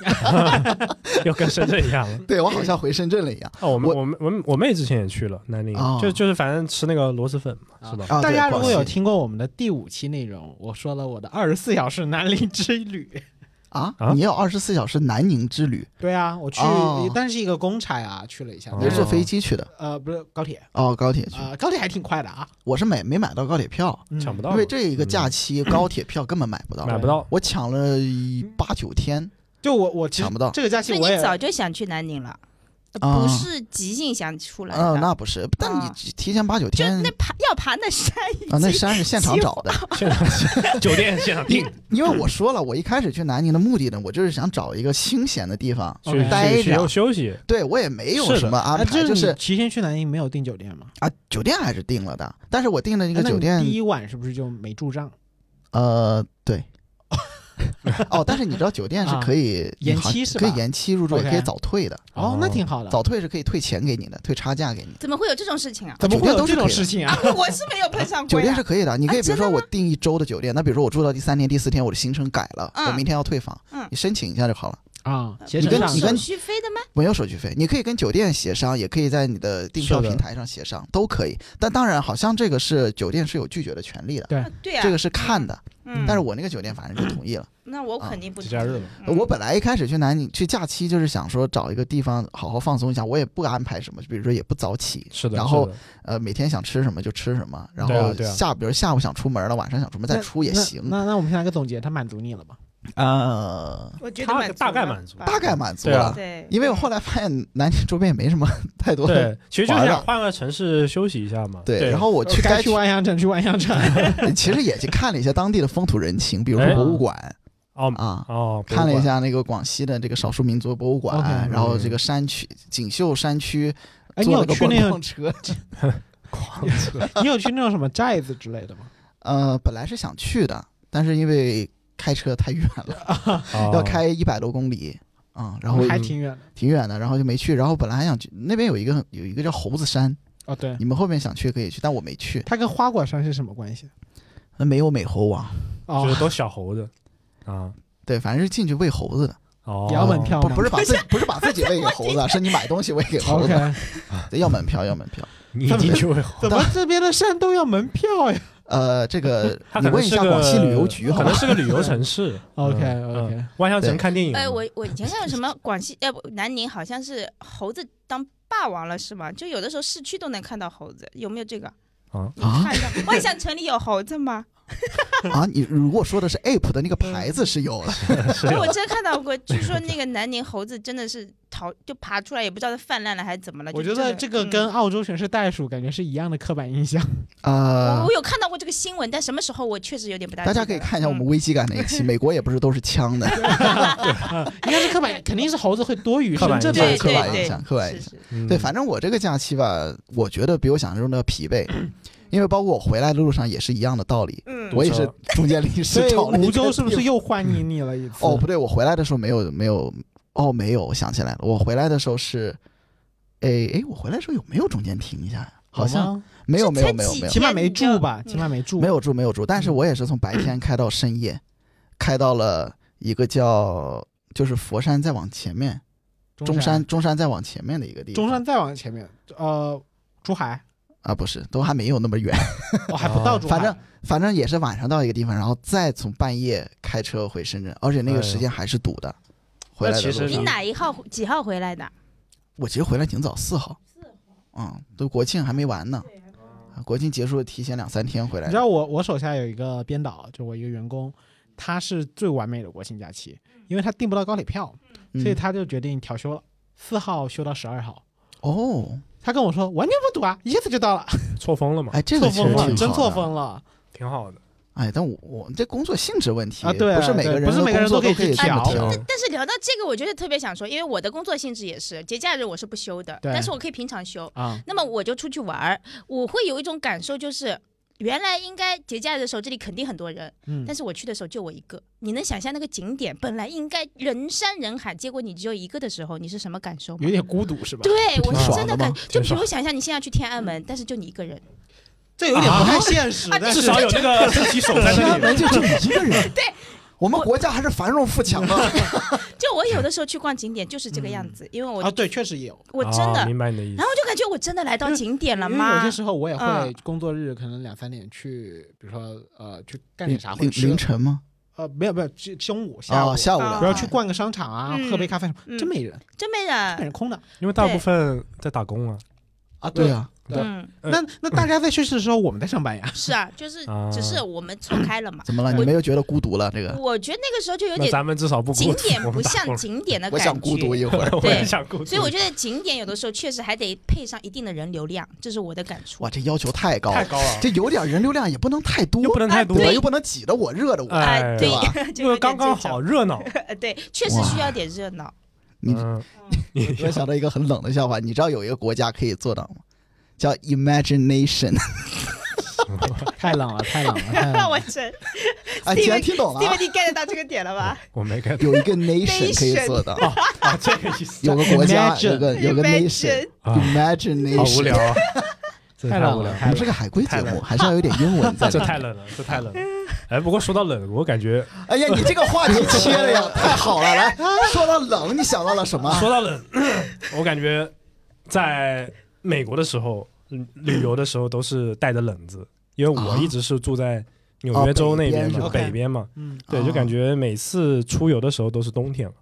又跟深圳一 样了。对我好像回深圳了一样。哦，我们我我们我们我妹之前也去了南宁哦，就就是反正吃那个螺蛳粉嘛，是吧？啊大对家如广果有西听过我们的第五期内容，我说了我的二十四小时南宁 之旅。啊啊，你有二十四小时南宁之旅，对啊，我去哦，但是一个公差啊，去了一下。哦你但是是坐飞机去的？呃，不是高铁哦，高铁去。啊，高铁还挺快的啊。我是买没买到高铁票，嗯抢不到因嘛，为这一个假期高铁票根本买不到，哦嗯买 不到。我抢了一八九天就我我其实抢不到。这个假期所以我也你早就想去南宁了，啊不是即兴想出来的。嗯，那不是，但你啊提前八九就天那爬要爬那山已经啊，那山是现场计找的。现场 酒店 现场订，因为我说了，我一开始去南宁的目的呢，我就是想找一个清闲的地方。去 OK 待去去着休休息，对我也没有是的什么安排，啊，这就是你是提前去南宁没有订酒店吗？啊，酒店还是订了的，但是我订的那哎那个酒店你，第一晚是不是就没住帐？呃，对。 哦，但是你知道酒店是啊可以延你好期是可以吧延期入住，也 OK 可以早退啊的。哦哦，那挺好的。早退是可以退钱给你的，退差价给你。 怎么会有这种事情啊？怎么会酒店有都这是种可以的事情啊啊？，我是没有碰上酒过呀。店是可以的，你可以啊比如真的说我吗订一周的酒店，那比如说我住到第三天、第四天，我的行程改了，我嗯明天要退房嗯，你申请一下就好了， 啊，携你程跟上你跟手续费的吗？没有手续费。你可以跟酒店协商，也可以在你的订票是的平台上协商，都可以。但当然，好像这个是酒店是有拒绝的权利的，对啊对呀，这个是看的。嗯，但是我那个酒店反正就同意了。那我肯定不节假日嘛嗯我本来一开始去南宁去假期，就是想说找一个地方好好放松一下，我也不安排什么，比如说也不早起，是的。然后是的呃每天想吃什么就吃什么，然对啊后对啊下比如下午想出门了，晚上想出门再出也那行，那那我们先来个总结，他满足你了吗？呃，我觉得大满足大概了满足啊大概满足对啊了。对，因为我后来发现南宁周边也没什么太多的 对，其实就是玩了想换个城市休息一下嘛。对，然后我去该该去万象城去 万象城。其实也去看了一些当地的风土人情，比如说哎博物馆哦啊，哦，看了一博物馆，嗯下那个广西的这个少数民族博物 OK，馆，然后这个山区锦绣山区哎，你坐有了个去观那光种，车，你有去那种什么寨子之类的吗？ 呃，本来是想去的，但是因为开车太远了，哦要开一百多公里啊、然后还挺远的。挺远的，然后就没去。然后本来还想去那边有一个有一个叫猴子山，哦，对，你们后面想去可以去，但我没去，它跟花果山是什么关系？那没有美猴王。哦就，是都小猴子啊。对，反正是进去喂猴子的，哦，也要门票不吗？不是把自己不是把自己喂给猴子啊，是你买东西喂给猴 OK，子，对要门票要门票。你进去 会怎么这边的山都要门票呀呃，这个它你可能问一是下个广西旅游局好可能吧？是个旅游 城市。 ？OK 嗯 OK，万象城对看电影嘛。哎，我我以前看 什么广西，呃，不，南宁好像是猴子当霸王了，是吗？就有的时候市区都能看到猴子，有没有这个？啊你看到万象城里有猴子吗？啊，你如果说的是 ape 的那个牌子是有的，是哎我真看到过，据 啊说那个南宁猴子真的是逃就爬出来，也不知道它泛滥了还是怎么了。我就觉真得的这个嗯跟澳洲全是袋鼠感觉是一样的刻板印象。呃我我，有看到过这个新闻，但什么时候我确实有点不大。大家可以看嗯一下我嗯们危机感那 一期，美国也不是都是枪的，应该是刻 板，肯定是猴子会多于刻板深印圳象对的刻板对印象，刻板印是象。是嗯对，反正我这个假期吧，我觉得比我想象中的疲 惫，因为包括我回来的路上也是一样的道理，嗯，我也是中间临时所以找 了一梧个州是不地是又欢迎你了一次？方？哦，不对，我回来的时候没有没有，哦，没有，我想起来了，我回来的时候是，哎哎，我回来的时候有没有中间停一下呀？好像吗没有这没有才没有没有几起码没天住你吧，就起码没住。没有住没有住，但嗯是我也是从白天开到深夜，开到了一个叫就是佛山再往前面，中山山，中山再往前面的一个地方，中山再往前面，呃，珠 海，啊不是，都还没有那么远。我还不到哦珠海。反正反正也是晚上到一个地方，然后再从半夜开车回深圳，而且那哎个时间还是堵的。回来的那其实路你上呢哪一号几号回来的？我其实回来挺早，四号。嗯，都国庆还没完呢，啊国庆结束提前两三天回来你知。道我我手下有一个编导，就我一个员工，他是最完美的国庆假期，嗯因为他订不到高铁票，嗯所以他就决定调休了，四号休到十二号。哦，他他跟我说完全不堵啊，一下子就到了，嗯错峰了嘛，哎，这个错其实峰挺好了，的啊真错。峰了。挺 好的。哎，但我我这工作性质问题啊对不是每对个人不是每个的人工作都可以可以去这么调 调。但是聊到这个，我就是特别想说，因为我的工作性质也是节假日我是不休的，对但是我可以平常休。啊，那么我就出去玩儿，我会有一种感受，就是原来应该节假日的时候这里肯定很多人，嗯但，是我去的时候就我一个。你能想象那个景点本来应该人山人海，结果你只有一个的时候，你是什么感受吗有？点孤独是吧？对，我是爽真的感吗，就比挺如爽想象你现在去天安门，但是就你一个人，这有点不太现实啊，但至是少有 那个自己手在天那安里，门就这么一个人， 对，我们国家还是繁荣富强啊 的。就我有的时候去逛景点就是这个样子，因为我、啊，对，确实也有。我真的哦，明白你的意思然后就感觉我真的来到景点了因为有吗些？时候我也会嗯工作日可能两三点去，比如说呃去干凌点啥或者凌吃凌晨吗？呃没有没有中中午哦下午啊，下午啊两比如点去逛个商场啊，嗯喝杯咖啡什么，嗯真没人，真没哎那人，人空的因为大部对分在打工啊，啊。对，啊，对嗯，呃那那大家在休息的时候，我们在上班呀。是啊，就是啊只是我们错开了嘛。 怎么了？你我没有觉得孤独了？这个，我觉得那个时候就有那点咱们至少不孤景独点我不们打像工景点的我感觉，想孤独一会儿。 我也对想孤独，所以我觉得景点有的时候确实还得配上一定的人流量，这是我的感触 哇，。这要求太高太了，高了，这有点人流量也不能太多，又不能太啊多，对吧？对又不能挤得我热的我。哎，啊对对吧， 就因有点为刚刚这种好，热闹，呃 对，确实需要点热闹。 你嗯，我想到一个很冷的笑话，你知道有一个国家可以做到吗？叫 imagination。 太冷了，太冷 了，哎 太冷我了。真哎，既然听懂了、啊， ，Steve，你 get 到这个点了 吧？我没 get 有一个 nation 可以做到，啊，这个意 思有个国家有个有个 Imagine nation。啊， imagination。好无聊。 啊，这太太冷无聊了我们是个海归节太冷目，了还是要有点英文 在。这太。冷了，这太冷了。哎，不过说到冷，我感觉哎呀，你这个话题切的呀，太好了！来，说到冷，你想到了什啊么？说到冷， 我感觉在美国的时候，嗯旅游的时候都是带着冷子，因为我啊一直是住在纽哦约州那北边边是嘛，吧北边嘛，嗯，对，就感觉每次出游的时候都是冬天了，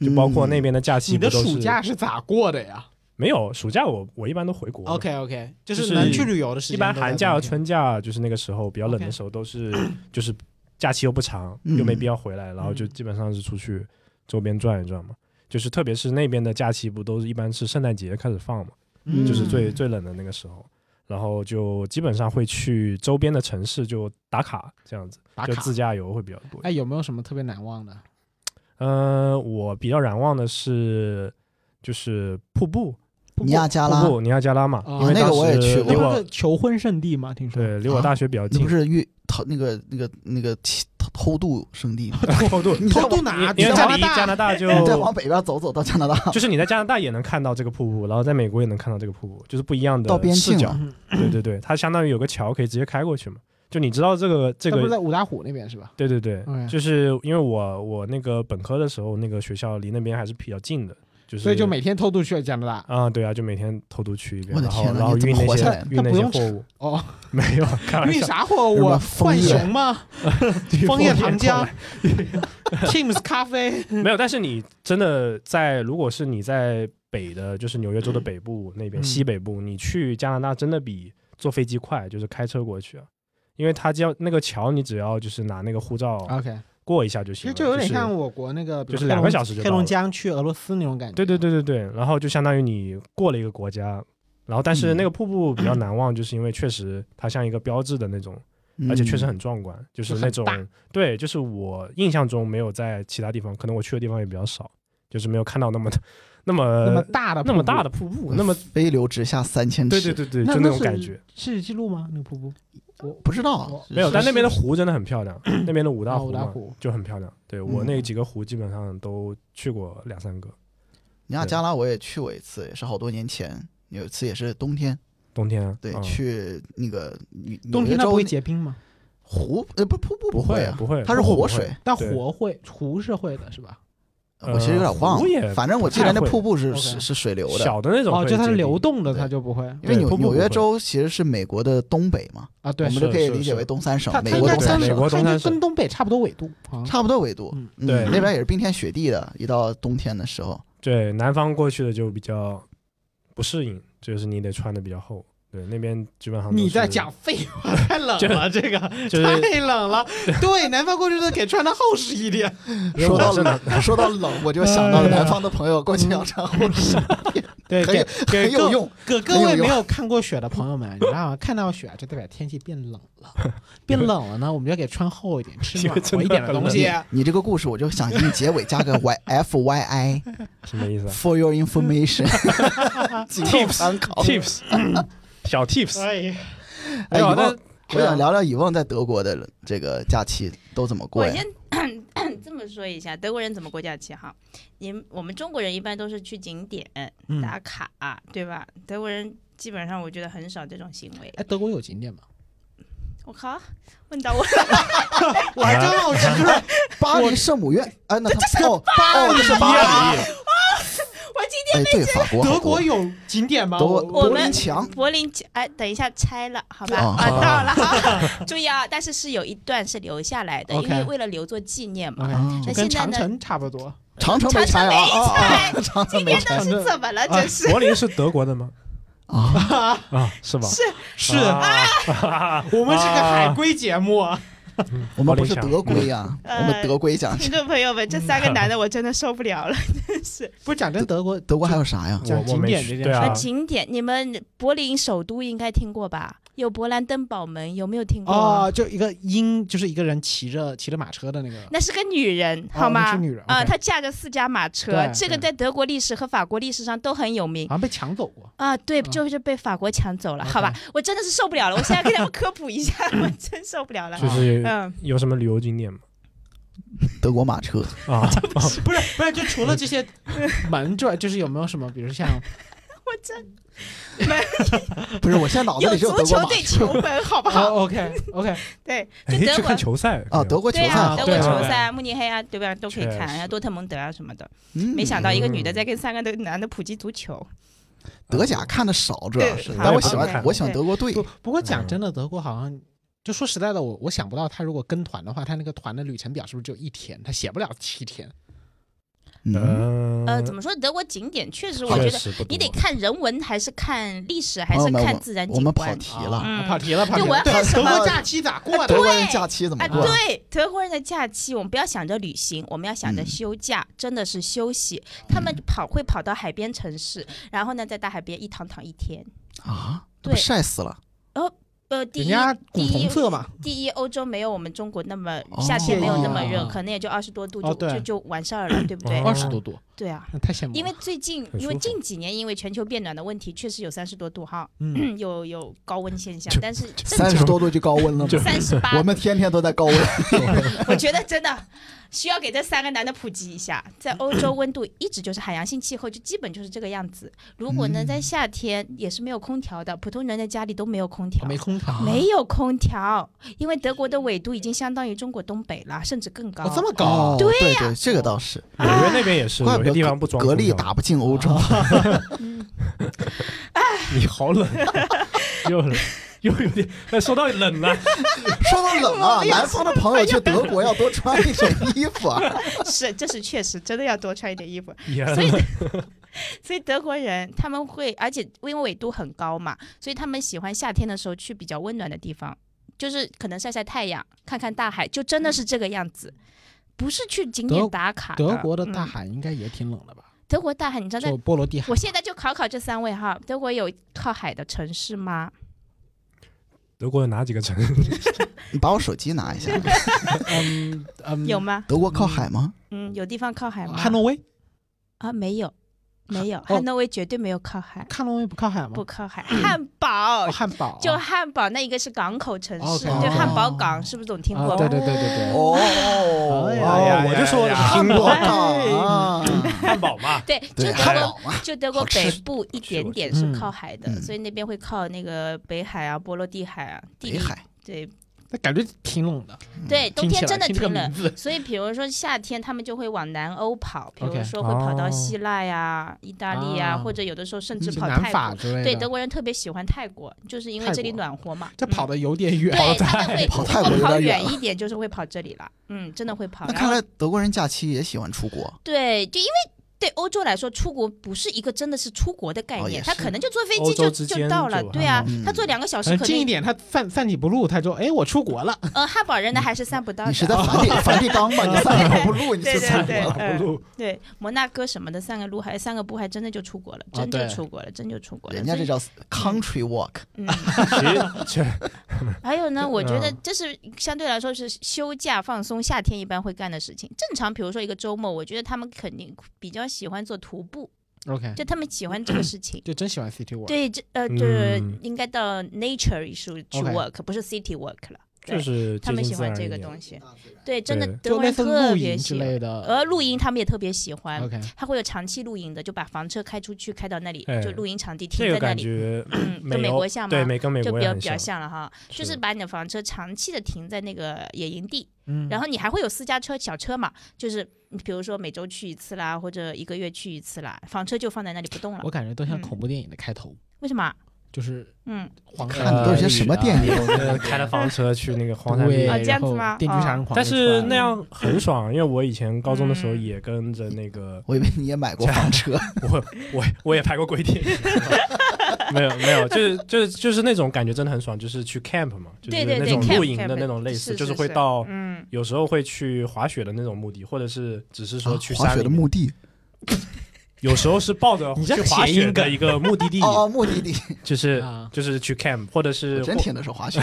就嗯包括那边的假期你不的都是暑假是咋过的呀没有暑假我我一般都回国了？OK OK，嗯就就是是能去旅游的时一间般都在寒假和冬天春假啊就是那个时候比较冷的 OK 时候，都是就是假期又不长，嗯又没必要回来，然后就嗯基本上是出去周边转一转嘛。就是特别是那边的假期，不都是一般是圣诞节开始放嘛，嗯就是最嗯最冷的那个时候，然后就基本上会去周边的城市就打卡这样子，打就卡自。驾游会比较多。嗯哎，有没有什么特别难忘的？嗯，我比较难忘的是就是瀑布，瀑布嗯尼亚加拉瀑布尼亚加拉嘛，哦因为那个当时我也去过离那不我是求婚圣地吗？听说对离我大学比较啊你近不，是越偷那个那个那个偷偷渡圣地吗？ 偷渡，啊你偷渡哪？因为加它拿离加大拿大就 你再往北边走走到加拿大，就是你在加拿大也能看到这个瀑布，然后在美国也能看到这个瀑布，就是不一样的到边视境角了。。嗯对对对，它相当于有个桥可以直接开过去嘛。就你知道这个这那不是个，在五大湖那边是吧？对对对 OK，就是因为我我那个本科的时候，那个学校离那边还是比较近的，就是所以就每天偷渡去了加拿大。啊对啊，就每天偷渡去一遍，我的然后啊天哪然后你怎运么那活下些来的运那那不些用货物，哦， 没有 开玩运笑，啥货日物本啊？枫浣叶 熊吗？枫叶糖过浆 来，Teams 咖啡。 没有，但是你真的在，如果是你在北的，就是纽约州的北部那边、嗯西北部，你去加拿大真的比坐飞机快，就是开车过去啊，因为它叫那个桥，你只要就是拿那个护照 OK，过一下就啊其行实了，就有点是像我国那个，比如就是黑两个龙小时就黑到龙了江去俄罗斯那种感觉。对对，对对对，然后就相当于你过了一个国家，然后但是嗯那个瀑布比较难忘，就是因为确实它像一个标志的那种，而且确实很嗯壮观，就是嗯就那很种大对，就是我印象中没有在其他地方，可能我去的地方也比较少，就是没有看到那么的那么那么大的呃那么瀑布大的瀑布，那么飞流直下三千尺，对对对对，那就那种是感觉。世纪录吗？那个瀑布不知道我啊没有，是但那边的是湖真的很漂 亮，那边的五大啊五湖大嘛湖就很漂亮。对我嗯那几个湖基本上都去过两三个，尼亚加拉我也去过一次，也是好多年前，有一次也是冬天，冬天啊对，嗯去那个纽冬天它不纽会约州结冰吗？湖呃不瀑布不会会啊，不会，它是瀑布不活会水，，但对湖会湖是会的，是吧？呃我其实有点忘湖也了，反正我记得那瀑布是不太会是 OK 是水流的，小的那种哦，会就它是结冰流动的，它对就不会因为对瀑纽布不纽会约州其实是美国的东北嘛，啊。我对，们是就可以是理解是为东三省它，美它应国该东三跟美省国它东应该三省跟东北差不多纬度啊。差不多纬度，嗯嗯对那边也是冰天雪地的，一到冬天的时候，对南方过去的就比较不适应，就是你得穿的比较厚。对，那边基本上都你是在讲废话，太冷就了，这个就是太冷了。对，南方过去的给穿的厚实一点。说到是南冷，说到冷，我就想到哎呀南方的朋友过去要穿厚实，对，很有给很给有各用。各各很有位用没有看过雪的朋友们，你知道吗？看到雪就代表天气变冷了，变冷了呢，我们就给穿厚一点，吃暖和一点的东真西的。你这个故事，我就想给你结尾加个 y f y i 什么意思啊 for your information，仅供 Tips 参考。 ？Tips，小 Tips。哎呀，哎，以没有，后但我想聊聊以往在德国的这个假期都怎么过我呀？先 这么说一下，德国人怎么过假期哈？你们我们中国人一般都是去景点嗯打卡，对吧？德国人基本上我觉得很少这种行为。哎，德国有景点吗？我靠，问到我了，我还真好奇，就是 巴黎圣母院，哎，那他哦哦，这是巴黎，我今哎，对，法国，德好多国有景点吗？德我柏我林们墙天。 柏林起哎，等一下拆了，好吧？哦啊啊，到了哈， 注意啊！但是是有一段是留下来的，因 OK 哦为为了留作纪念嘛。啊那跟现在长呢城差不多。长城没拆啊啊啊！啊长城今没天拆都是怎么了？啊真是柏林是德国的吗？ 啊！啊，是吧？是是啊，我们是个海归节目啊。我们不是柏林墙德规呀，嗯我们德规 讲。听众朋友们，这三个男的我真的受不 了了，真是。不是讲真，德国德国还有啥呀？讲我景没点去这件对事啊呃，儿，景点你们柏林首都应该听过吧？有勃兰登堡门，有没有听过？哦，就一个鹰，就是一个人骑着骑着马车的那个。那是个女人，好哦那吗？是女人啊， ，OK 她驾着四驾马车对，这个对在德国历史和法国历史上都很有名好。像被抢走过，啊，对，嗯就是被法国抢走了，好吧 OK，我真的是受不了了，我现在给他们科普一下，我真受不了了。就是嗯，有什么旅游景点吗？德国马车，啊， 不是不是，就除了这些 门之外，就是有没有什么，比如像我真不是，我现在脑子有里只有足德国球马对车球门，好不好？ 哦 OK OK，对，就哎，德去国看。球赛啊，德国球对赛啊，好德国对球啊赛啊、慕尼黑啊，对吧，都可以确看，然后实多特蒙德啊什么的。嗯没想到一个女的嗯在跟三个男的普及足球，德甲看的少，主要是对，但我喜好欢看我喜欢德国队不不过讲真的，德国好像就说实在的，我我想不到他如果跟团的话，他那个团的旅程表是不是就一天，他写不了七天。嗯，嗯，呃，怎么说？德国景点确实，我确觉得实不多你得看人文，还是看历史，还朋是友们看呃自然我景们跑观？题了。嗯啊跑题了，跑题就我了要。看对什德么国假期咋过对德的？国人假期怎么啊，过？对，德国人的假期，我们不要想着旅行，我们要嗯想着休假，真的是休息。他们跑会跑到海边城市，然后呢，在大海边一躺躺一天。啊，这不对晒死了。呃，第人一，家第古一铜色嘛，第一，欧洲没有我们中国那么哦夏天没有那么热，哦可能也就二十多度就、哦对就就完事儿了，对不对？哦二十多嗯度，对啊，那太羡慕了。因为最近很因为舒服近几年因为全球变暖的问题，确实有三十多度哈，嗯有有高温现象就，但是三十多度就高温了吗？三十八我们天天都 在高温。 我觉得真的需要给这三个男的普及一下，在欧洲温度一直就是海洋性气候，就基本就是这个样子。如果嗯呢，在夏天也是没有空调的，普通人的家里都没有空调，没空调，没有空调，因为德国的纬度已经相当于中国东北了，甚至更高。哦这么 哦高，对对对，这个倒是，纽约那边也是，怪有不些得地方不装格力空调打不进欧洲。你好冷，啊 又冷又有点。哎，说到冷了，说到冷啊，南方的朋友去德国要多穿一点衣服啊。是，这是确实，真的要多穿一点衣服。也 所 以冷。所以德国人他们会，而且因为纬度很高嘛，所以他们喜欢夏天的时候去比较温暖的地方。就是可能晒晒太阳，看看大海，就真的是这个样子，不是去景德点打卡嗯德国的嗯大海应该也挺冷的吧？德国大海，你知道在就波罗的海我，现在就考考这三位哈，德国有靠海的城市吗？德国有哪几个城？ 你把我手机拿一下。 嗯嗯，有吗？德国靠海吗？嗯，有地方靠海吗？汉诺威啊，没有，没有，哦汉诺威绝对没有靠海，看龙威不靠海吗？不靠海。汉堡哦，汉堡啊就汉堡那一个是港口城市， OK，OK 就汉堡港，是不是总听过哦啊，吧？对对对对对，哦，哎呀我就说我看听过过啊， 汉堡嘛，对哎对，就德汉国堡嘛，就德国好吃北部一点点吃是过靠海的，嗯所以那边会靠那个北海啊、波罗的海啊、地理北海。对那感觉挺冷的，对，冬嗯听起天来真的听这个挺冷 名。字所以，比如说夏天，他们就会往南欧跑，比如 OK，说会跑到哦希腊呀、意大利呀、啊或者有的时候甚至是跑南泰法国。之类的，对，德国人特别喜欢泰国，就是因为泰这里国暖和嘛。 这跑的、的有点远，对，他们会跑泰如果国有跑点远一点，就是会跑这里了。嗯，真的会跑。那然看后来德国人假期也喜欢出国，对，就因为对欧洲来说，出国不是一个真的是出国的概哦念，也他是可能就坐飞欧机洲就之就间到就了。很对啊嗯，他坐两个小 可时能可近一能，点，他泛泛起不入，他说：“哎，我出国了。呃，汉堡人呢还是散不到你是的。在梵蒂梵蒂冈吧？你散跑不路，你对是散对步对，嗯路对，摩纳哥什么的，散个路还散个步，还真的就出国了，啊真就对出国了，真就出国了。人家所这以叫 country walk，嗯， 其实还有呢，我觉得嗯这是相对来说是休假放松，夏天一般会干的事情。正常，比如说一个周末，我觉得他们肯定比较喜欢做徒步，” OK，就他们喜欢这个事情。就真喜欢 City Walk。对，这呃，就是嗯应该到 nature 艺术去 OK work，不是 city work 了。就对，是他接们近喜自欢然这一个点东西。对，真的对德啊就国类人似特露别营之喜欢。类的。呃，露营他们也特别喜欢。 OK，他会有长期露营的，就把房车开出去，开到那里，哎就露营场地停在这个那感里，觉嗯，美跟美欧国像对，吗？美跟美就国比也较很比较 像，像了哈，就是是把你的房车长期的停在那个野营地，嗯然后你还会有私家车、小车嘛，就是你比如说每周去一次啦，或者一个月去一次啦，房车就放在那里不动了我。感觉都像嗯恐怖电影的开头，为什么？啊就是嗯，黄看你都有啊些什么电影？呃开了房车去那个荒山对，野啊然这样子后吗哦电锯杀人狂但就出来了，是那 样很爽，因为我以前高中的时候嗯也跟着那个，我以为你也买过房车，我我我也拍过龟艇， 没有没有，就是就是就是那种感觉真的很爽，就是去 camp 嘛，就是对对那对种，camp，露营的 camp，那种类似，是就是是会到嗯，有时候会去滑雪的那种目的，或者是只是说去啊滑山雪里的面，目的，有时候是抱 着你这去滑谐雪音的梗一个目的地，哦哦，目的地，就是啊就是去 camp，或者我是真或听的是滑雪。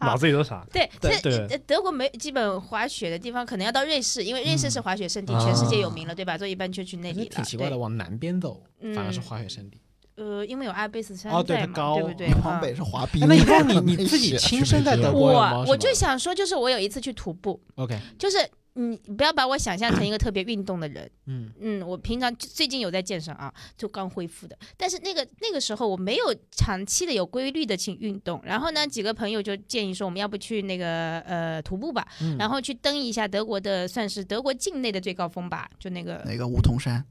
脑子里都傻。对，对这对呃德国没基本滑雪的地方，可能要到瑞士，因为瑞士是滑雪圣地，全世界有名了，对吧？所以一般就去那感里觉了。挺奇怪的，对，往南边走反而是嗯滑雪胜地。呃，因为有阿尔卑斯山哦对在它嘛，高对不对？ 往嗯北是滑冰哎，那以后 你你是自己亲身在德国有吗我什我么就想说，就是我有一次去徒步， OK，就是你不要把我想象成一个特别运动的人，嗯，嗯，我平常就最近有在健身啊，就刚恢复的。但是那个那个时候我没有长期的有规律的去运动，然后呢，几个朋友就建议说，我们要不去那个呃徒步吧，嗯然后去登一下德国的，算是德国境内的最高峰吧，就那个那个梧桐山，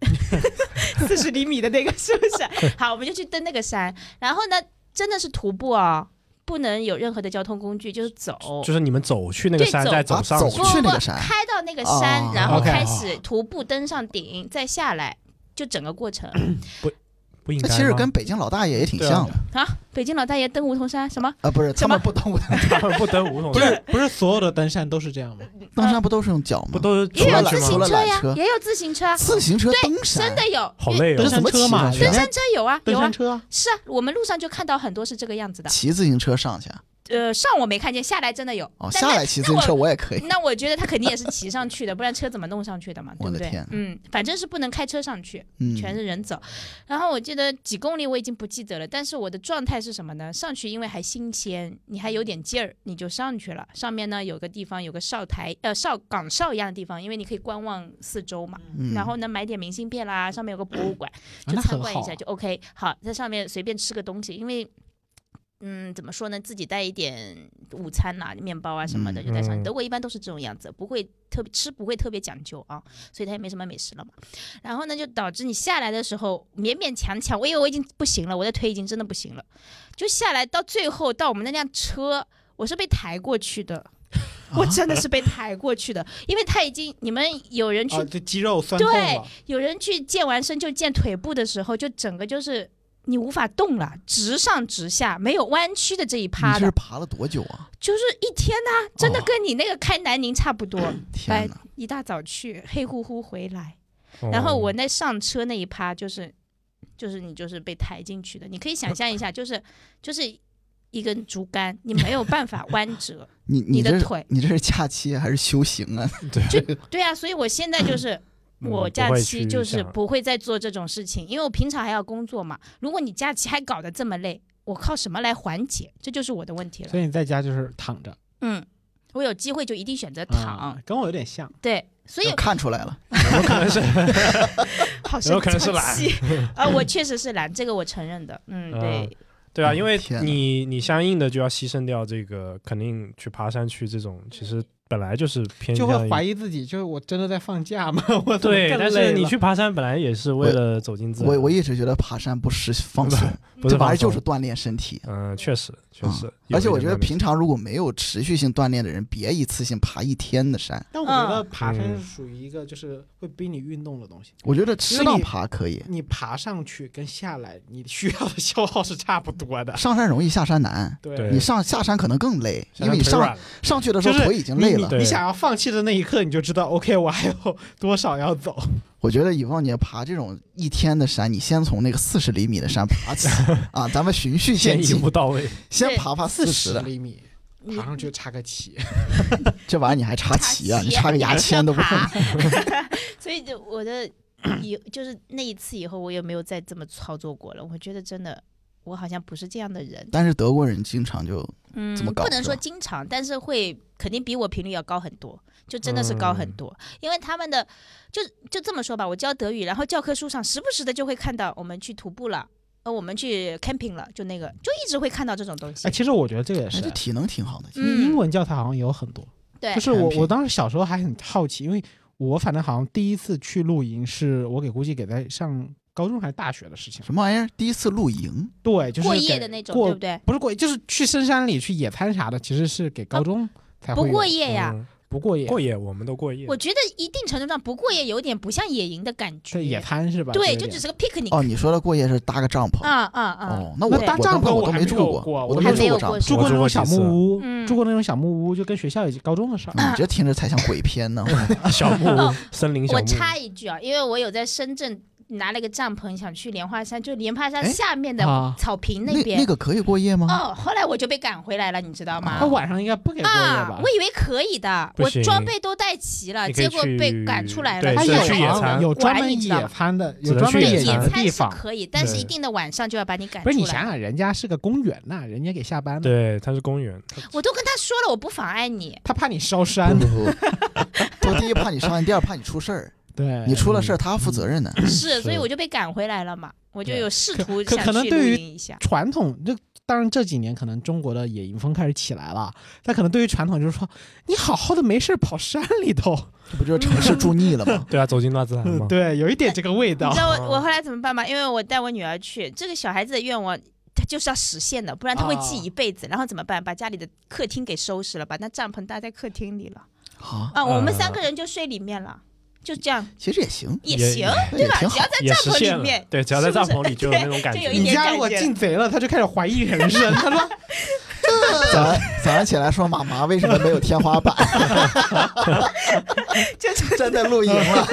四十厘米的那个，是不是？好，我们就去登那个山，然后呢，真的是徒步哦，不能有任何的交通工具，就是走，就是你们走去那个对山，走再走啊上走去不，去那不个山开到那个山，哦然后 OK 开始徒步登上顶，再下来，就整个过 程不应那该吗。其实跟北京老大爷也挺对啊像的啊！北京老大爷登梧桐山什么？啊，不是他什么们不登梧桐 山，他们 不登梧桐不山，是不是所有的登山都是这样吗？登山不都是用脚吗？ 不都是也除了有缆自除行了车缆呀车，也有自行车啊，自行车登山真的有，好因为累登哦。山车有什么骑上嘛，去人登家山车有啊，登有啊山，车啊，是啊，我们路上就看到很多是这个样子的。骑自行车上去啊呃，上我没看见，下来真的有。哦，但下来骑自行车我也可以。那我觉得他肯定也是骑上去的，不然车怎么弄上去的嘛？对 不我的对天？嗯，反正是不能开车上去，嗯，全是人走。然后我记得几公里我已经不记得了，但是我的状态是什么呢？上去因为还新鲜，你还有点劲儿，你就上去了。上面呢有个地方有个哨台，呃哨岗哨一样的地方，因为你可以观望四周嘛。嗯然后呢，买点明信片啦，上面有个博物馆，啊就那参很观好一下就 OK。好，在上面随便吃个东西，因为。嗯，怎么说呢？自己带一点午餐呐、面包啊什么的，嗯就带上。嗯德国一般都是这种样子，不会特别吃，不会特别讲究啊，所以它也没什么美食了嘛。然后呢，就导致你下来的时候勉勉强强，我以为我已经不行了，我的腿已经真的不行了，就下来到最后到我们那辆车，我是被抬过去的，啊我真的是被抬过去的，因为他已经你们有人去哦啊，这肌肉酸痛对了，有人去健完身就健腿部的时候，就整个就是你无法动了，直上直下，没有弯曲的这一你趴这是的，爬了多久啊？就是一天呐、真的跟你那个开南宁差不多。天白哪！一大早去，黑乎乎回来，哦然后我那上车那一趴就是，就是你就是被抬进去的，你可以想象一下，就是就是一根竹竿，你没有办法弯折， 你你这的是腿，你这是假期还是修行啊？对啊，所以我现在就是。嗯我不假会期去就是想不会再做这种事情，因为我平常还要工作嘛。如果你假期还搞得这么累，我靠什么来缓解？这就是我的问题了。所以你在家就是躺着嗯，我有机会就一定选择躺。啊跟我有点像。对，所以我看出来了，好有生可能是懒 气啊！我确实是懒，这个我承认的。嗯，对， 对啊，嗯因为天哪你你相应的就要牺牲掉这个，肯定去爬山去这种，其实本来就是偏就向会于怀疑自己，就是我真的在放假吗？ 我怎么对，更但累是你了去爬山本来也是为了走进自然，我我一直觉得爬山不是放松，不这是玩意爬儿就是锻炼身体。嗯，确实确嗯实，有而且一我觉点得锻炼平常如果没有持续性锻炼的人，别一次性爬一天的山。但我觉得嗯爬山嗯是属于一个就是会逼你运动的东西。我觉得适当因为你爬可以，你爬上去跟下来，你需要的消耗是差不多的。 上山容易下山难。对你上下山可能更累，下因为山你腿上软了上去的时候就是腿已经你累你了。对你想要放弃的那一刻，你就知道，OK，我 还有多少要走。我觉得以后你爬这种一天的山，你先从那个四十厘米的山爬 起啊，咱们循序建渐议进不，到位，先爬爬四十四十的，厘米，你爬上去插个旗。这玩意儿你还插旗啊？插你插个牙 签都不啊还是要 爬 所以就我的以就是那一次以后，我也没有再这么操作过了。我觉得真的，我好像不是这样的人。但是德国人经常就嗯怎么，搞不能是说吧经常，但是会肯定比我频率要高很多，就真的是高嗯很多。因为他们的就就这么说吧，我教德语，然后教科书上时不时的就会看到我们去徒步了，呃，我们去 camping 了，就那个就一直会看到这种东西哎，。其实我觉得这个也哎，是这，体能挺好的。嗯英文教材好像也有很多。对就，是我产品我当时小时候还很好奇，因为我反正好像第一次去露营是我给估计给在上高中还是大学的事情。什么玩意儿？第一次露营，对，就是过给夜的那种，过对不对？不是过夜，就是去深山里去野餐啥的，其实是给高中才会不有嗯过夜呀，嗯不过夜，过夜我们都过夜，我觉得一定程度上不过夜有点不像野营的感觉。是野餐是吧？对，就这个只点是个 picnic。哦，你说的过夜是搭个帐篷。啊啊啊！哦，那我对我搭帐篷我都我还没没住有过我都我没还住没有帐过篷。住过那种小木屋，嗯住过那种小木屋，就跟学校已经高中的事儿。嗯你这听着才像鬼片呢。小木屋哦森林小我木屋，插一句啊，因为我有在深圳拿了个帐篷，想去莲花山，就莲花山哎下面的啊，草坪那边。那个可以过夜吗？哦，后来我就被赶回来了，你知道那吗？晚上应该不给过夜啊哦吧，我？以为可以的，不我行装备都带齐了，你可以结果去被赶出来了对。它只有能去野啊餐有果专然门你知道野餐的，只有能专门去野野营餐的餐地是方。可以，但是对一定的晚上就要把你赶出不来。是你想想，人家是个公园呐、人家给下班了，对，它是公园，我都跟他说了，我不妨碍 你。他怕你烧不山。不 不，不第一怕你上岸，第二怕你出事儿。哎对，你出了事儿，他要负责任的。是，所以是我就被赶回来了嘛，我就对有试可图可想可能去露对于营一下。传统这。当然，这几年可能中国的野营风开始起来了，但可能对于传统就是说，你好好的没事儿跑山里头，这不就是城市住腻 了吗？对啊，走进大自然嘛， 对，有一点这个味道你知。道哦我我后来怎么办吗？因为我带我女儿去，这个小孩子的愿望。他就是要实现的，不然他会记啊一辈子。然后怎么办？把家里的客厅给收拾了，把那帐篷搭在客厅里了。啊，啊，我们三嗯个人就睡里面了，就这样其实也行，也也行，那对也吧？挺只要好。在也帐实篷现里了面，，对，只要在是不帐是篷里就有那种感就有觉，一你点家感如果觉 进贼了，他就开始怀疑人生。他说早上早上起来说妈妈为什么没有天花 板？就就站在露营了。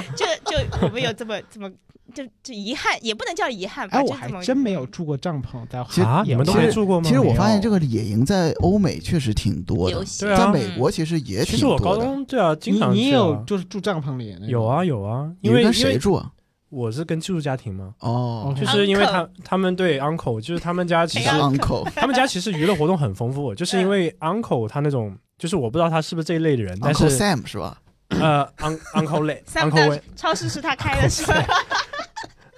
就就我们有这么这么就就遗憾，也不能叫遗憾：“吧，哎，就我这还么真没有住过帐篷，在其实啊，你们都其没实住过吗？其实我发现没有这个野营在欧美确实挺多游的，戏对啊在美嗯国其实也其挺实我多高的。中对啊，你经常你也去啊有就是住帐篷里的那种有啊有啊，你因为跟因谁为住啊？我是跟寄宿家庭嘛，哦，OK 就是因为他他们对 uncle 就是他们家其实哎呀嗯，uncle 他们家其实娱乐活动很丰富，就是因为 uncle 他那种，就是我不知道他是不是这一类的人， 但 uncle 是 Sam 是吧？呃，un uncle 类三 uncle 大 way，超市是他开的，是吧？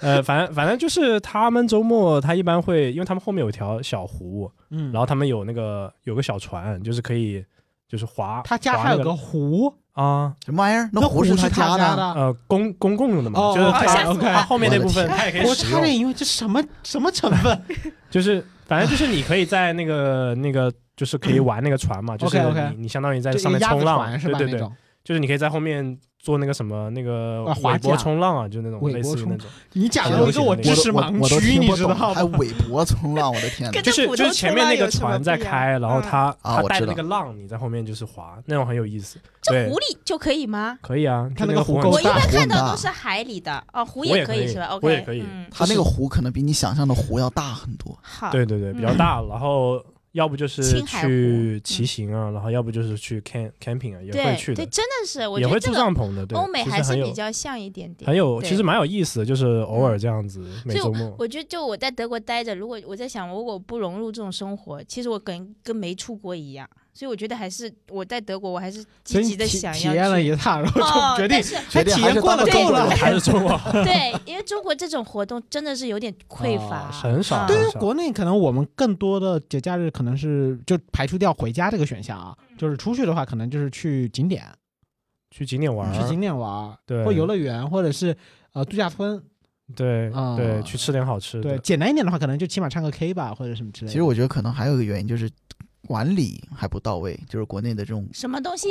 呃，反正反正就是他们周末他一般会，因为他们后面有条小湖，嗯，然后他们有那个有个小船，就是可以就是划，他家划还有那个湖，啊什么玩意儿？那湖是是他家的，啊的。呃公公共用的嘛，啊哦就是哦他吓死我他后面那部我分的他也可以我使差用。点以为这什么什么成分，就是反正就是你可以在那个那个就是可以玩那个船嘛，就是 OK，OK 你你相当于在就上面鸭冲子浪，船是对吧？对那对，种就是你可以在后面做那个什么那个啊滑尾波桨冲浪啊，就那种尾类波似于那冲种，你讲的的我我就就我我知知识我盲我都区，听你不知懂，道还吗？尾波冲浪，我的天哪！跟就那是普就通是前冲面浪那个有什么船不在一样开，然后嗯它啊它我带知着那道个浪，你在后面就是滑，那种很有意思。这对湖里就可以吗？可以啊，它就那那个湖湖很够我一大般大看很到大都是海里的，哦，湖我也可以以是吧？OK，我也可以嗯，它那个湖可能比你想象的湖要大很多。好，对对对，比较嗯大。然后要不就是青海湖去骑行啊，然后要不就是去 camp camping 啊，也会去对的对，，真的是，我也觉会得这住个帐篷的。对，欧美其实还是很有比较像一点点，很有，对其实蛮有意思的，就是偶尔这样子，每所以周末。我觉得，就我在德国待着，如果我在想，如果我不融入这种生活，其实我跟跟没出国一样。所以我觉得还是我在德国，我还是积所以极你的体想体要验了去。一趟，然哦后，就决定但是 决定体还验是过当了个够中国了人，还是中国对，因为中国这种活动真的是有点匮乏，哦很少啊对对于国内，可能我们更多的节假日可能是就排除掉回家这个选项啊，就是出去的话，可能就是去景点，去景点玩去景儿，点玩儿，啊对或游乐园，或者是呃度假村。对啊对，去吃点好吃对，的。简单一点的话，可能就起码唱个 K 吧，或者什么之类的。其实我觉得可能还有一个原因就是管理还不到位，就是国内的这种什么东西？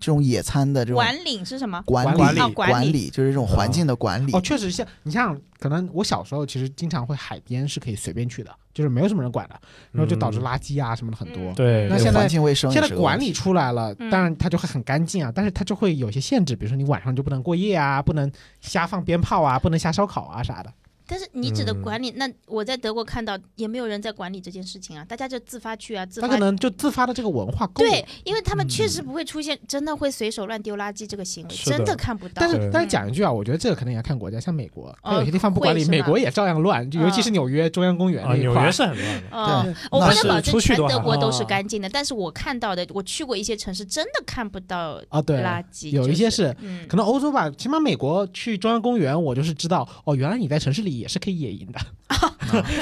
这种野餐的这种晚领是什么？管理管理哦管理理就是这种环境的管理哦，。确实像你像，可能我小时候其实经常会海边是可以随便去的，就是没有什么人管的，然后就导致嗯垃圾啊什么的很多。嗯对，那对现在环境卫生也现在是个管问理题出来了，嗯当然它就会很干净啊，但是它就会有些限制，比如说你晚上就不能过夜啊，不能瞎放鞭炮啊，不能瞎烧烤啊啥的。但是你指的嗯管理，那我在德国看到也没有人在管理这件事情啊，大家就自发去啊，自它发可能就自发的这个文化够了。对，因为他们确实不会出现真的会随手乱丢垃圾这个行为，是的真的看不到。但是对但是讲一句啊，我觉得这个可能也要看国家，像美国，它哦有些地方不管理，会是吗嗯美国也照样乱，就尤其是纽约中央公园啊，那一纽块约儿。是很乱的。哦对，我那不是能保证出去全都德还国好都是干净的，但是我看到的，我去过一些城市，真的看不到啊，对，垃圾，有一就些是，是嗯可能欧洲吧，起码美国去中央公园，我就是知道哦，原来你在城市里也是可以野营的。啊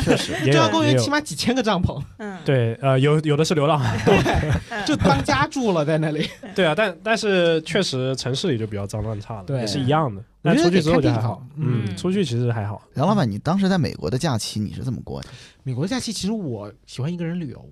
确实，也中央有公也园有起码几千个帐篷，嗯，对，呃，有有的是流浪汉， 嗯就当家住了在那里。对啊，但但是确实城市里就比较脏乱差了，对也是一样的。我那觉出得去得之后看就地还好方，嗯，嗯出去其实还好，杨老板，你当时在美国的假期你是怎么过的？美国假期其实我喜欢一个人旅游，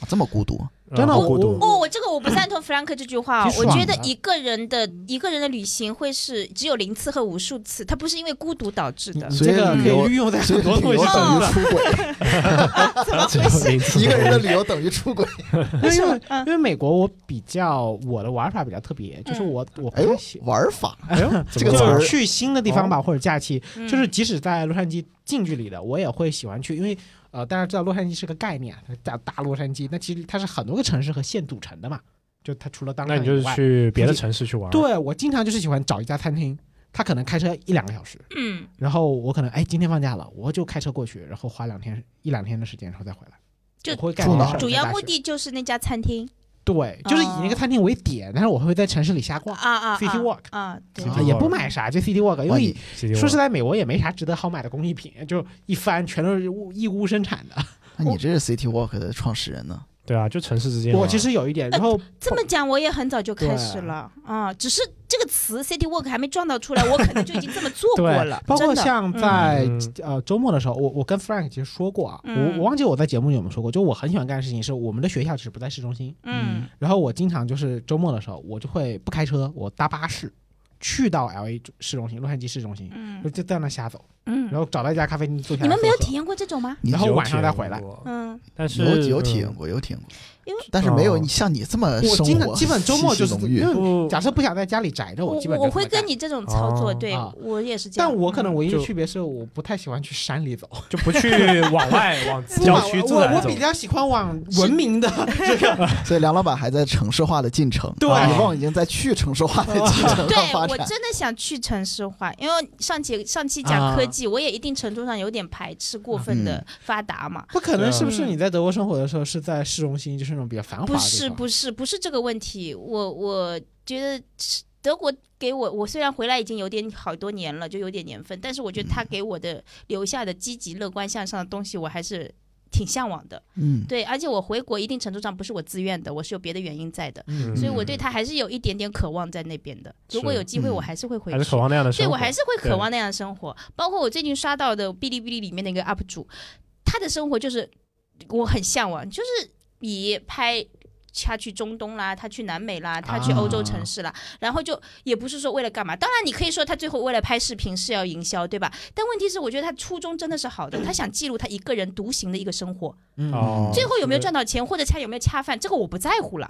啊这么孤独？真的嗯好我孤独我。哦，我这个我不赞同 Frank 这句话哦、挺我爽啊觉得的一个人的一个人的旅行会是只有零次和无数次，它不是因为孤独导致你的。你这个所以可旅游嗯以运用在所以很旅多东游西上 等面于的。出轨，哦只有零次一个人的旅游等于出轨。因为嗯嗯因为美国我比较我的玩法比较特别，就是我我哎不呦太喜，欢。玩法哎呦，这怎个么词了儿就是去新的地方吧，或者假期，嗯就是即使在洛杉矶近距离的，我也会喜欢去，因为呃，大家知道洛杉矶是个概念，大大洛杉矶，那其实它是很多个城市和县组成的嘛，就它除了当那地你就是以外，去别的附近城市去玩，，对我经常就是喜欢找一家餐厅，它可能开车一两个小时，嗯，然后我可能哎今天放假了，我就开车过去，然后花两天一两天的时间，然后再回来。就我会干住这个哪事儿主在要大目学的就是那家餐厅对，就是以那个餐厅为点，但是我会在城市里瞎逛，啊啊 City walk 啊啊，对啊啊也不买啥，就 City Walk，因哇为你说实在，美国也没啥值得好买的工艺品，就一翻全都是物义乌生产的。那你这是 City Walk 的创始人呢？对啊，就城市之间玩。我其实有一点，然后呃这么讲，我也很早就开始了啊，只是这个词 city walk 还没撞造出来，我可能就已经这么做过对了，，包括真的像在嗯呃周末的时候，我我跟 Frank 其实说过啊，嗯我我忘记我在节目有没有说过，就我很喜欢干的事情是我们的学校只是不在市中心，嗯然后我经常就是周末的时候，我就会不开车，我搭巴士去到 L A 市中心，洛杉矶市中心，嗯就在那瞎走，嗯然，后找到一家咖啡厅坐下你来喝们喝。没有体验过这种吗？你然后有晚上体再验回来过，嗯，但是有有体验嗯过，有体验过，因为但是没有哦你像你这么我生经常活基本周末就细是致浓因嗯郁。为嗯假设不想在家里宅着，我基本我就这会么干跟。你这种操作，哦对啊我也是这样。但我可能嗯唯一的就区别是，我不太喜欢去山里走，就不去往 外往郊区自我然我走比。较喜欢往文明 的这个，所以梁老板还在城市化的进程，对啊李梦已经在去城市化的进程上对发我展。真的想去城市化，因为上期上期讲科技，我也一定程度上有点排斥过分的发达嘛。不可能是不是？嗯你在德国生活的时候是在市中心，就是那种比较繁华的地不方？是不是不是这个问题，我我觉得是德国给我，我虽然回来已经有点好多年了，就有点年份，但是我觉得他给我的留下的积极、乐观、向上的东西，我还是挺向往的。嗯，对，而且我回国一定程度上不是我自愿的，我是有别的原因在的，嗯，所以我对他还是有一点点渴望在那边的。如果是有机会，嗯我还是会回还是去渴。望那样的生对活。我还是会对渴望那样的生活。包括我最近刷到的哔哩哔哩里面那个 UP 主，他的生活就是我很向往，就是以拍他去中东啦，他去南美啦，他去欧洲啊城市啦，然后就也不是说为了干嘛。当然，你可以说他最后为了拍视频是要营销，对吧？但问题是，我觉得他初衷真的是好的，他想记录他一个人独行的一个生活。嗯哦最后有没有是赚到钱，或者他有没有恰饭，这个我不在乎了。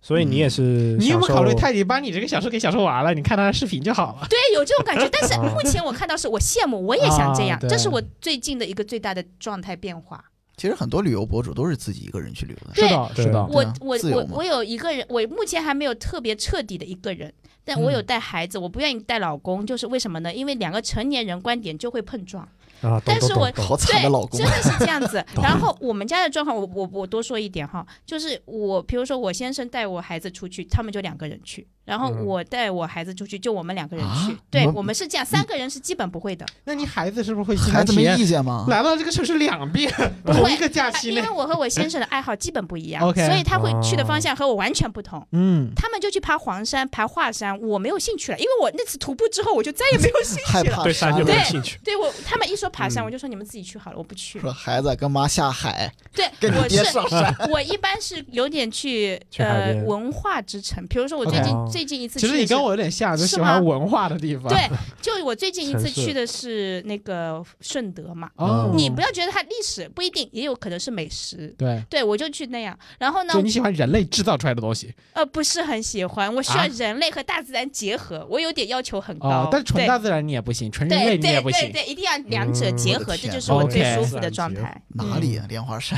所以你也是，你有没有考虑泰迪把你这个享受给享受完了？你看他的视频就好了。对，有这种 感觉。但是啊 目前我看到是我羡慕，我也想这样啊，对这是我最近的一个最大的状态变化。其实很多旅游博主都是自己一个人去旅游的，对是的，对是的。我对啊我自由我嘛我有一个人，我目前还没有特别彻底的一个人，但我有带孩子，我不愿意带老公，就是为什么呢？因为两个成年人观点就会碰撞，啊？懂但懂是懂我懂好惨对的老，公真。的是这样 子。然后我们家的状况，我我我多说一点哈，就是我比如说我先生带我孩子出去，他们就两个人去，然后嗯我带我孩子出去，就我们两个人去啊。对你们我们是这样，三个人是基本不会的，那你孩子是不是会喜孩欢子体没验意见吗？来到这个城市两遍，不会同一个哎假期因内为？我和我先生的爱好基本不一样， OK 所以他会去的方向和我完全不同。嗯，他们就去爬黄山、爬华山，我没有兴趣了，因为我那次徒步之后，我就再也 没有兴害趣了。怕对山山有了没有对兴趣？对我，他们一说爬山，嗯我就说你们自己去好了，我不去。说孩子跟妈下海，对，跟你我爹是嗯上山。我一般是有点 去去海呃边文化之城，比如说我最 OK 近哦最近一次去其的实你是跟我有点像，就是喜欢吗文化的地方。对，就我最近一次城市去的是那个顺德嘛，哦，你不要觉得它历史不一定，也有可能是美食。对，对，我就去那样。然后呢就，你喜欢人类制造出来的东西呃，不是很喜欢，我需要啊人类和大自然结合，我有点要求很高。哦，但是纯对大自然你也不行，纯人对类你也对不对行。对，一定要两者结合，嗯这就是我最舒服的状态。哪里啊？莲花山？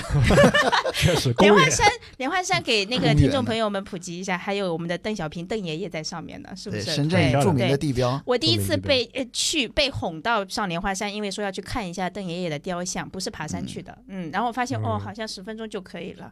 确实，公莲花园山，莲花山给那个公园听众朋友们普及一下，还有我们的邓小平邓爷爷在上面呢，是不对，是？深对圳著名的对地标。我第一次著名地被呃去被哄到上莲花山，因为说要去看一下邓爷爷的雕像，不是爬山去的，嗯，然后我发现哦，嗯好像十分钟就可以了，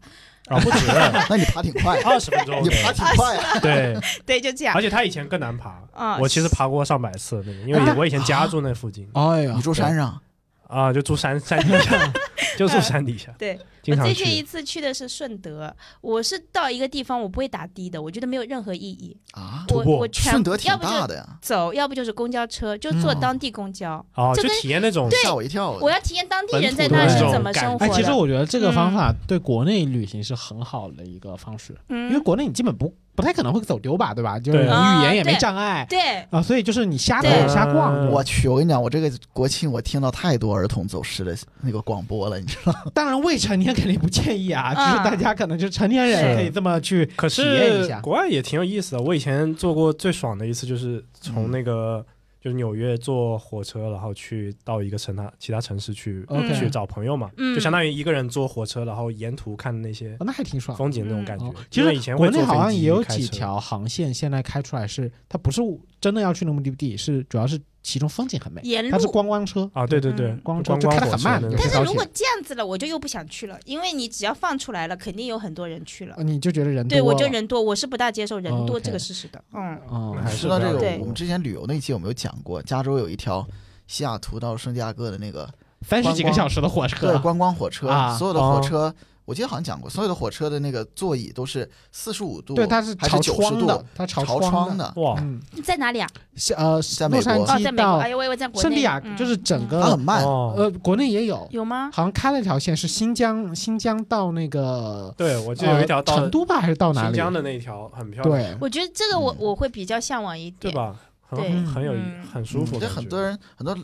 啊，不止那你爬挺快，二十分钟你， 爬挺快啊！对，对， 就这样而。且他以前更难爬啊。我其实爬过上百次那个，因为我以前家住那 附近哎呀你，住山上，啊，就住山山底 下，就住山底下，对经我常最近一去。次去的是顺德，我是到一个地方我不会打的的，我觉得没有任何意义。啊，徒我步我全顺德挺要不大就的嗯呀，走，要不就是公交车，就坐当地公交。哦，这就跟体验那种吓我一跳。我要体验当地人在本土那的是那怎种么感生活觉的。哎，其实我觉得这个嗯方法对国内旅行是很好的一个方式，因为嗯，国内你基本不不太可能会走丢吧，对吧？就是对你语言也啊没对障碍对，啊，所以就是你瞎走对瞎嗯逛。我去，我跟你讲，我这个国庆我听到太多儿童走失的那个广播了，你知道吗？当然未成年肯定不建议啊，就是嗯大家可能就成年人是可以这么去可体验一是下国外也挺有意思的。我以前做过最爽的一次，就是从那个、嗯就是纽约坐火车，然后去到一个城他其他城市去、 OK 去找朋友嘛，嗯就相当于一个人坐火车，然后沿途看那些哦那还挺爽的。风景嗯那种感觉。哦其因为以实前国会内坐好像飞机也有开几车，条航线现在开出来是，它不是真的要去那个目的地，是主要是其中风景很美，沿它是路观光车，啊，对对对，嗯光光车光就开得很火慢车那但但种是是高如铁果这样子了，我就又不想去了，因为你只要放出来了，肯定有很多人去了呃。你就觉得人哦对，多我就了哦人多，我是不大接受人多 OK 这个事实的。嗯，哦还是说到不这要个对，我们之前旅游那期有没有讲过？加州有一条西雅图到圣地亚哥的那个三十几个观光小时的火车对，观光火车，啊所有的火哦车，我记得好像讲过，所有的火车的那个座椅都是四十五度，对，它是还朝是九十窗度的，它朝朝窗窗的。的，哇，嗯，在哪里啊？是呃，在洛美杉国哦，在矶美国。到哎呦，我以为在国内。圣地亚，嗯就是整嗯它个很慢，哦，呃，国内也有，有啊吗？好像开了一条线是新疆，新疆到那个对我记得有一条呃到成都吧，还是到哪新里？疆的那一条很漂亮，对，我觉得这个我嗯我会比较向往一对点。吧？很对很有嗯很舒服我觉的感得觉，很多人很多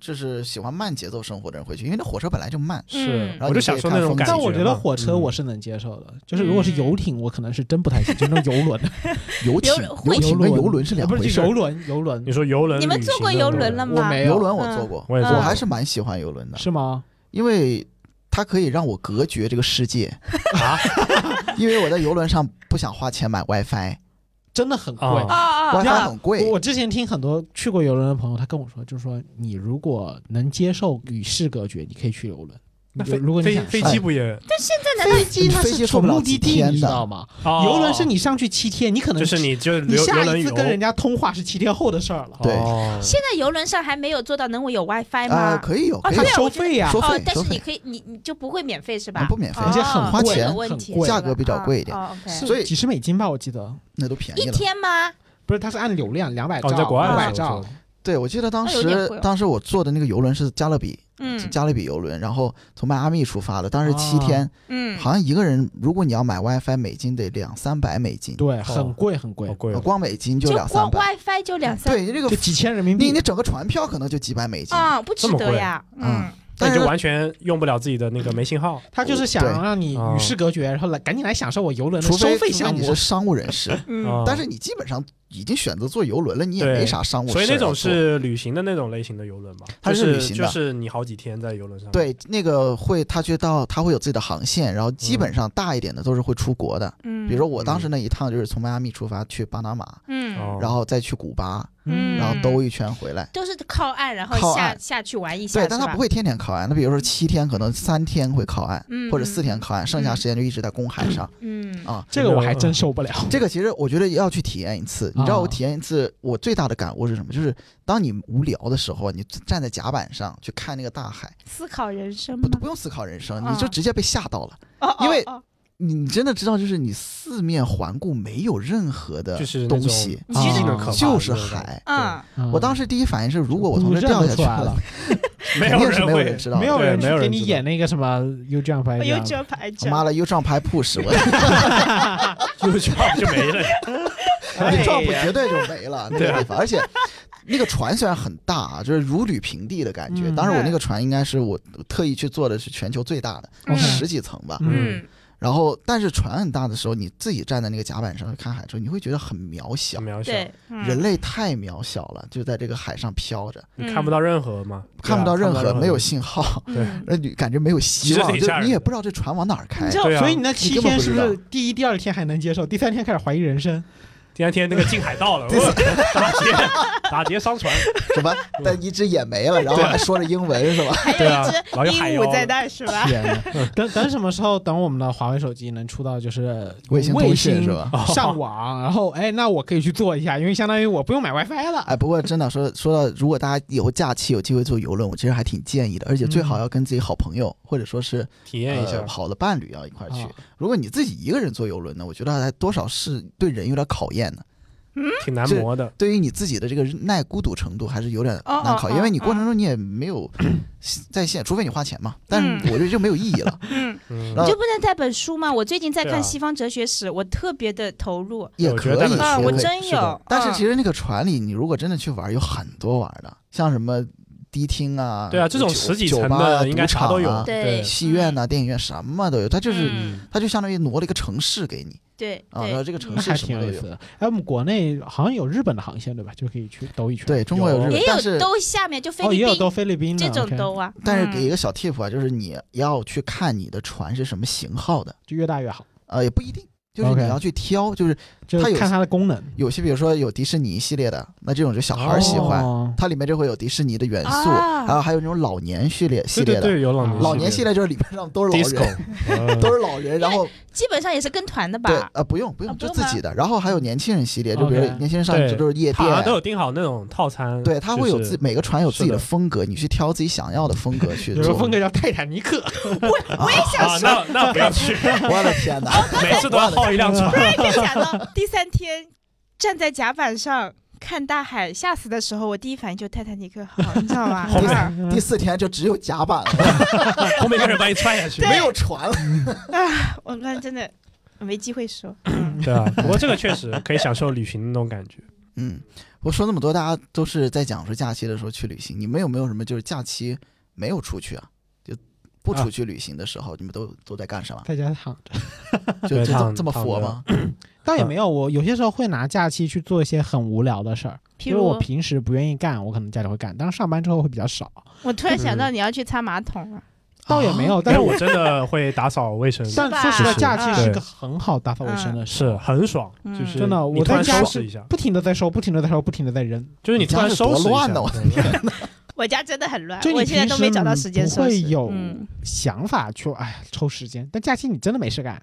就是喜欢慢节奏生活的人会去，因为那火车本来就慢。是嗯，然后我你就可享以受看那种风感景但我觉得嘛火车嗯我是能接受的，就是如果是嗯游艇，我可能是真不太行，就那种游轮， 呃游艇游、 游会艇跟游轮是两不回是事就游儿。轮，游轮你说游轮，你们坐过游轮了？我吗？没有游轮我坐过，我也坐过还是蛮喜欢游轮的，是吗？因为它可以让我隔绝这个世界。啊， 因为我在游轮上不想花钱买 WiFi，WiFi 真的很贵。啊啊啊啊！呀很贵我。我之前听很多去过游轮的朋友，他跟我说，就是说你如果能接受与世隔绝，你可以去游轮。那就飞如果你飞想飞哎机不也这难道飞机它飞是机从受不了目的几地，天你知的道吗？哦游轮是你上去七天，你可能就是你就是你游游下轮一次游跟人家通话是七天后的事儿了。对哦现在游轮上还没有做到能我有 WiFi 啊、吗？可以有，啊，可以它有哎对啊收我觉得费呀、收哦费，但收是你费。可以，你你就不会免费是吧嗯？不免费哦而且很花钱这个问题很贵价格比较贵一点哦，OK 是所以几十美金吧，我记得那都便宜一了。天吗？不是，它是按流量两百兆，哦，在国外的两百时候兆坐的，对，我记得当那有点时贵哦当时我坐的那个游轮是加勒比，嗯加勒比游轮，然后从迈阿密出发的，当时哦七天，嗯，好像一个人如果你要买 WiFi，美金得两三百美金，对，很贵很贵好，贵呃哦，光美金就就两三光百， WiFi 就两三对，这个就几千人民你币你。整个船票可能就几百美金，啊，不值这么得贵呀，嗯嗯，那但你是就完全用不了自己的那个没信号。他就是想对让你哦与世隔绝，然后来赶紧来享受我游轮的除收非除费非项目你。是商务人士，嗯 啊但是你基本上已经选择坐游轮了，你也对没啥商务事儿所要做。以那种是旅行的那种类型的游轮吧，它就是旅是行就的是你好几天在游轮嗯上。，对那个会，他去到他会有自己的航线，然后基本上大一点的都是会出国的。嗯，比如说我当时那一趟就是从迈阿密出发去巴拿马，嗯哦然后再去古巴，嗯然后兜一圈回来。都是靠岸，然靠后下岸下去玩一下，对，但他不会，会天天靠岸，那比如说七天，可能三天会靠岸，嗯，或者四天靠岸，剩下时间就一直在公海上嗯，嗯，啊。这个我还真受不了。嗯这个其实我觉得要去体验一次。你知道我啊体验一次，我最大的感悟是什么？就是当你无聊的时候，你站在甲板上去看那个大海，思考人生不吗都不用思考人生，你就啊直接被吓到了。哦因为哦哦你真的知道，就是你四面环顾，没有任何的就是那东种西，你觉啊性得的可怕，就是那种海。嗯，我当时时第一反应是，如果我从这掉下去 了，，没肯有定是人没有会人知道没的。有人对没有去给人你知道演那个什么 U Jump 还我是又 Jump 折哎牌他折，妈的，U 上拍 push 我就就就没 了。 ，U 上哎呀绝对就没了那个地方，而且。那个船虽然很大啊，就是如履平地的感觉。嗯当时我那个船应该是我特意去做的是全球最大的，嗯十几层吧。嗯然后，但是船很大的时候，你自己站在那个甲板上看海之后，你会觉得很渺小很，渺小，对，嗯人类太渺小了，就在这个海上飘着，嗯你看不啊到任何嘛，对吧看不到任何，没有信信号， 对嗯那你感觉没有希其实望，挺就吓人的你也不知道这船往哪儿开 你知。道，对啊所以你那七根本天不是知不道是第一、第二天还能接受，第三天开始怀疑人生？第三天那个进海盗了， 对我打劫打劫商船，什么？但一只眼没了，然后还说着英文 是吧？还有 对啊一只老有海鹦鹉妖在那儿是吧？天啊哪！等等什么时候？等我们的华为手机能出 到就是卫星通信卫星是吧？上网，然后哎，那我可以去做一下，因为相当于我不用买 WiFi 了。哎，不过真的说说到，如果大家以后假期有机会坐游轮，我其实还挺建议的，而且最好要跟自己好朋友、或者说是体验一下呃。好的伴侣要一块儿去。啊如果你自己一个人坐游轮呢，我觉得还多少是对人有点考验的，挺难磨的，对于你自己的这个耐孤独程度还是有点哦难哦考，哦因为你哦过程中你也 没有在线，除非你花钱嘛，但嗯是我觉得就没有意义 了。嗯，嗯然你后就不能带本书吗？我最近在对看啊西方哲学史，我特别的投入。也我可觉得以，大嗯，也本我书可以真嗯是有啊的。但啊是其实实那个船里，你如果真的去玩，有很多玩的，像什么迪厅啊，对啊，这种酒十几酒层吧啊的应该赌场啥都有啊，对戏院呐、电影院什么都有，它就是、嗯它就相当于挪了一个城市给你对啊，然对，后嗯这个城那市还什挺么有都意有思。的。哎，我们国内好像有日本的航线对吧？就可以去兜一圈。对中国有日本也但是有兜下面就菲哦，律也有宾兜菲律宾的这种 OK 兜啊。但是给一嗯个小 tip 啊，就是你要去看你的船是什么型号的，就越大越好。呃，也不一定，就是你 OK 要去挑，就是就它是有看它的功能，有些比如说有迪士尼系列的，那这种就小孩儿喜欢，哦它里面就会有迪士尼的元素，啊然后还有那种老年序列系对列对的，对，有老系列老年年系列就是里面上都是老 disco，嗯人。 都是老人，然后基本上也是跟团的对吧？呃不用不啊用，不就用自己的。然后还有年轻人系列，就比如 OK 年轻人上去对就是夜他好像都店，有订好那种套餐，对，他会有自己每个船有自己的是的风格，你去挑自己想要的风格去有个做。风格叫泰坦尼克，我也想啊，说，那那不要 去，我的天哪！每次都要耗一辆船，突然就想到第三天站在甲板上看大海，吓死的时候，我第一反应就泰坦尼克号，你知道 吗？后面啊第四天就只有甲板了，后面一个人把你踹下去。没有船了。我们真的没机会说。嗯对啊，不过这个确实可以享受旅行的那种感觉。嗯，我说那么多，大家都是在讲说假期的时候去旅行，你们有没有什么就是假期没有出去啊？就不啊出去旅行的时候，你们都都在干什么？在家躺着。就就对这么躺这么佛吗？倒嗯也没有，我有些时候会拿假期去做一些很无聊的事儿，譬因为如我平时不愿意干，我可能家里会干，但是上班之后会比较少。我突然想到你要去擦马桶啊了，倒啊也没有，但但是是我我真的会打扫卫生，但吧说实话，是假期是对个很好打扫卫生的事是儿，很爽，嗯就是真的你我突在然家收是拾一下，不停的在收，不停的在收，不停的在扔。就是你你家突然是收拾多一乱下呢我的对 我家真的很乱，就你我现在都没找到时间平时收不拾。会有嗯，想法去哎呀抽时间，但假期你真的没事干。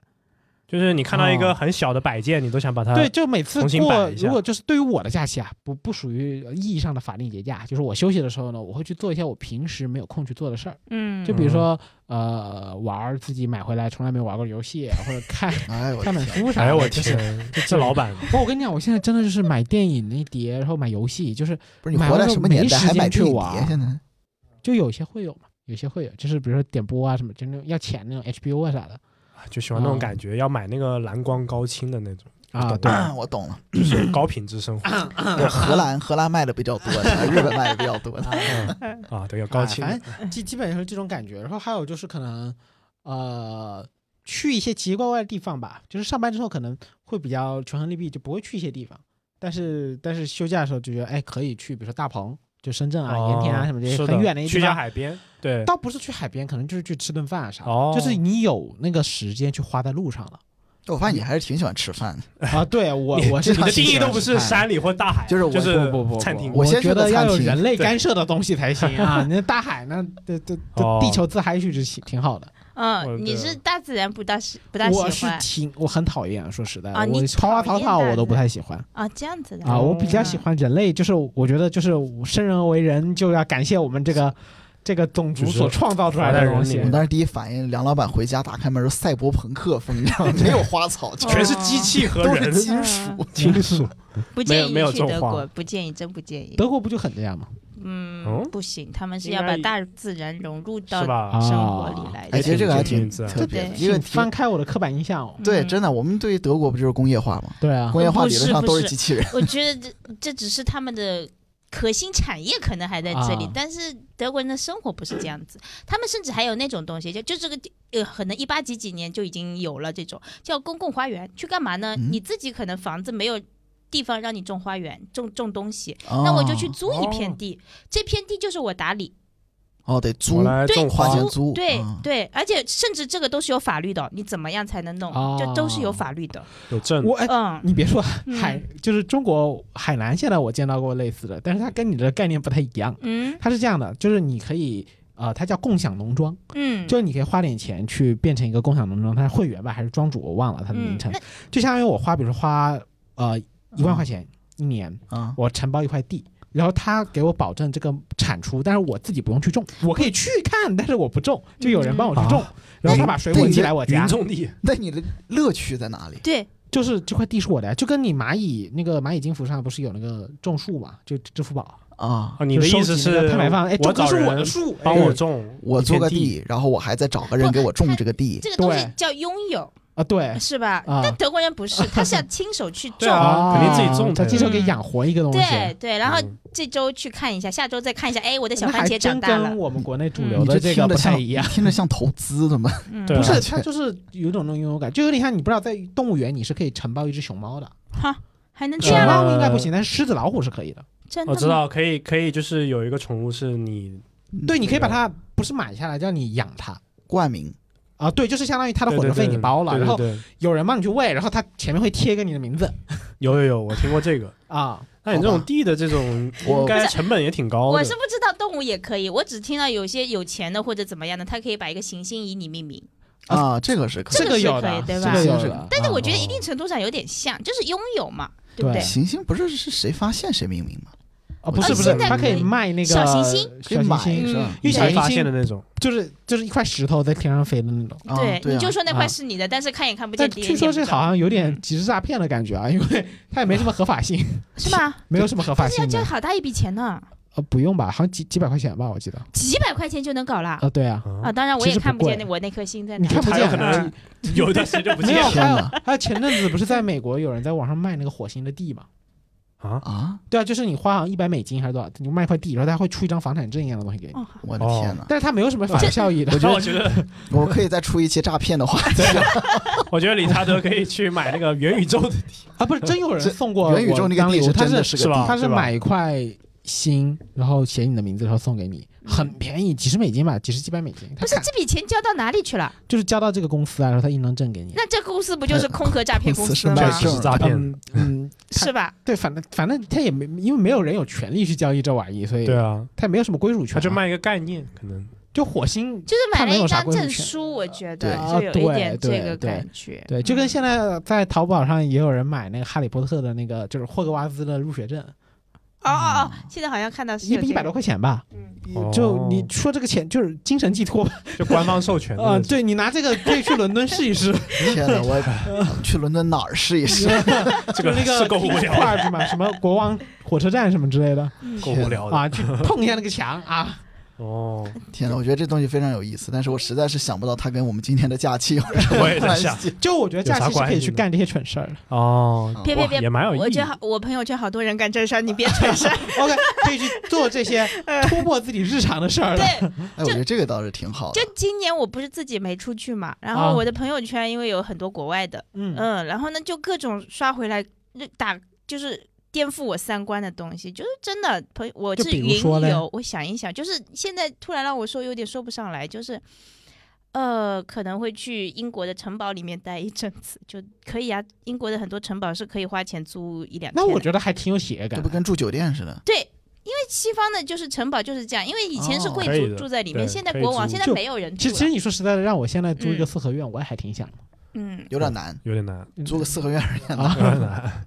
就是你看到一个很小的摆件，你都想把它哦对，就每次啊重新过摆，一下如果就是对于我的假期啊，不不属于意义上的法定节假，就是我休息的时候呢，我会去做一些我平时没有空去做的事儿，嗯，就比如说呃玩儿自己买回来从来没玩过的游戏，或者看哎我的看本天书啥的。哎呦我就天是， 这老板不，我跟你讲，我现在真的就是买电影那碟，然后买游戏，就是不是你活在什么年代还买这一买完了碟？就现在就有些会有嘛，有些会有，就是比如说点播啊什么，就那种要钱那种 HBO 啊啥的就喜欢那种啊感觉，要买那个蓝光高清的那种，啊，懂对，啊 我懂了，就是高品质 生活对荷兰荷兰卖的比较多的，日本卖的比较多的。 嗯啊，对，要高清啊的。反正基基本上是这种感觉。然后还有就是可能呃，去一些奇奇怪怪的地方吧，就是上班之后可能会比较权衡利弊，就不会去一些地方。但是但是休假的时候就觉得哎可以去，比如说大棚，就深圳啊、哦盐田啊什么这些是很远的一些去地下方。海边，对，倒不是去海边，可能就是去吃顿饭啊啥的，哦就是你有那个时间去花在路上 了我发现你还是挺喜欢吃饭的。啊。对我你我是你的挺定喜义欢都不吃是饭的山里或大海，就是我就是不不不餐厅我我先去觉得个要餐有厅人类对干涉的东西才行啊！那大海那这这这哦地球自嗨去就行，挺好的。我啊嗯，你对是大自然不大喜不大喜我是欢挺我很讨厌，说实在的，啊我你花花讨草厌草大我都自不太然喜欢啊，这样子的啊，我比较喜嗯欢人类，就是我觉得就是我生而为人就要感谢我们这个这个种族就是所创造出活来在的人东里西我面。当时第一反应，梁老板回家打开门是赛博朋克风，你知道吗？ 没有花草，全哦全是机器和都是人金属。金属，嗯不没有建议没有去这德话国，不建议，真不建议。 德国不就很这样吗？嗯哦，不行，他们是应要把该大自然融入到是啊吧？生活里来哎，的。其实这个还挺挺自然特别的，对一个请挺翻开我的刻板印象哦。对，嗯真的，我们对德国不就是工业化吗？对啊，工业化不理是论上不都是是机器人， 我觉得这这只是他们的核心产业可能还在这里啊，但是德国人的生活不是这样子。他们甚至还有那种东西，就就这个地呃，可能一八几几年就已经有了这种叫公共花园，去干嘛呢？嗯你自己可能房子没有地方让你种花园，种种东西，那那我就去啊租一片地，这片地就是我打理，哦，得我租，来对呃种花花钱租，对嗯对，而且甚至这个都是有法律的，你怎么样才能弄，哦就都是有法律的。有证，我哎，嗯，你别说嗯海，就是中国海南，现在我见到过类似的，但是它跟你的概念不太一样。嗯它是这样的，就是你可以，呃，它叫共享农庄，嗯，就是你可以花点钱去变成一个共享农庄，它是会员吧还是庄主，我忘了它的名嗯，称那，就相当于我花，比如说花呃一万块钱一年，啊，我承包一块地。然后他给我保证这个产出，但是我自己不用去种，嗯我可以去看，但是我不种，就有人帮我去种。然后他把水果寄来我家云，种地，那你的乐趣在哪里？对，就是这块地是我的呀，就跟你蚂蚁那个蚂蚁金服上不是有那个种树嘛，就支付宝。啊，哦你的就意收思集那个是拍卖方哎，我这棵找是我人的树，帮哎我种，我租个地，地，然后我还再找个人给我种这个地，这个东西对叫拥有，啊，对是吧？啊但德国人不 是，他是要亲手去对种。啊肯定自己啊种的他经常给嗯养活一个东西。对对，然后嗯这周去看一下，下周再看一下。哎，我的那小番还茄长真大跟了。我们国内主嗯流你的这这听个着不太像一样，听着像投资的吗？嗯对 不啊是，它就是有一种那种拥有感，就有点像你不知道，在动物园你是可以承包一只熊猫的，还能这青对蛙样吗？老虎应该不行，但是狮子、老虎是可以的。真的我知吗。道，可以可以，就是有一个宠物是你 对，你可以把它不是买下来，叫你养它。 冠 名啊，对，就是相当于它它的伙食费你包了，对然后对对有人帮你去喂，然后它前面会贴一个你的名字有有有，我听过这 个。啊。那你这种地的这种，我应该成本也挺高我的是。不知道动物也可以，我只听到有些有钱的或者怎么样的，他可以把一个行星以你命名。啊，这个是可以这这个个是有可的，以对这吧个有是的。但是我觉得哦一定程度上有点像，就是拥有嘛，对不对对？行星不是是谁发现谁命名吗？啊，不是哦不是，现在它可可以以卖那个小行星，可以小行买星是吧嗯？因为小才行发现星的那种，就是就是一块石头在天上飞的那种。啊对，对你啊就说那块是你的，但是看也看不但见，点也据说点这不着嗯好啊像有点集市诈骗的感觉啊，因 为它也没什么合法性，是吧？没有什么合法但是要啊性交的。好大一笔钱呢，呃，不用吧，好像几几百块钱吧，我记得。几百块钱就能搞啦。啊，对啊，啊，当然我其也实不看不见贵那我那颗星在你哪。看不它有见啊可能有一段时间就不没见有，了还天有哪还有前阵子不是在美国有人在网上卖那个火星的地嘛？ 啊！啊！对啊，就是你花好像一百美金还是多少，你卖一块地，然后他会出一张房产证一样的东西给你，哦，好我的哦天哪！但是它没有什么法律效益的。那我觉得，我们可以再出一期诈骗 的话题，我觉得理查德可以去买那个元宇宙的地，啊，不是真有人这送过元宇宙我那个当地礼是物，他真的是是是个吧地，他是对买一块星，然后写你的名字，然后送给你，很便宜，几十美金吧，几十几百美金。不他是看这笔钱交到哪里去了？就是交到这个公司啊，然后他印张证给你。那这个公司不就是空壳诈骗公司公司吗是？卖确实是诈骗。嗯嗯，是吧？对，反正反正他也没，因为没有人有权利去交易这玩意，所以对啊，他也没有什么归属权他啊。就卖一个概念，可能就火星，就是买他了没有一啥张归属证权。书，我觉得对就有一对点这对个对感觉。对，就跟嗯现在在淘宝上也有人买那个《哈利波特》的那个，就是霍格沃兹的入学证，哦哦哦，现在好像看到是一有比一这百多个，块钱吧。嗯，就哦你说这个钱就是精神寄托吧？就官方授权的啊、那种。对你拿这个可以去伦敦试 一试，天哪！我去伦敦哪儿试一 试？这就个是那是个够无聊的， Park 嘛，什么国王火车站什么之类的够无聊的。啊，去碰一下那个墙啊， 哦，天哪，我觉得这东西非常有意思，但是我实在是想不到它跟我们今天的假期有什么我也在关 啊想系。就我觉得假有啥期是可关以系去呢干这些蠢事儿的。哦，别别别哇也蛮有意义我觉得好我朋友圈好多人干这事儿，你别 蠢事儿。 OK，可以去做 这些突破自己日常的事儿了。对，哎，我觉得这个倒是挺好的。就今年我不是自己没出去嘛，然啊后我的朋友圈因为有很多国外的，嗯，嗯，然后呢就各种刷回来，那打就是颠覆我三观的东西，就是真的朋友我就是比如云说嘞游，我想一想，就是现在突然让我说有点说不上来，就是。呃，可能会去英国的城堡里面待一阵子，就可以啊。英国的很多城堡是可以花钱租一两天的。那我觉得还挺有喜悦这感不。跟住酒店似的，对，因为西方的就是城堡就是这样，因为以前是哦贵可以族的住在里面，对现在可以国王住现在就没有人住其了。实，其实你说实在的，让我现在租一个四合院，我也还挺想的。嗯，有点难，有点难，租个四合院儿也难。有点难。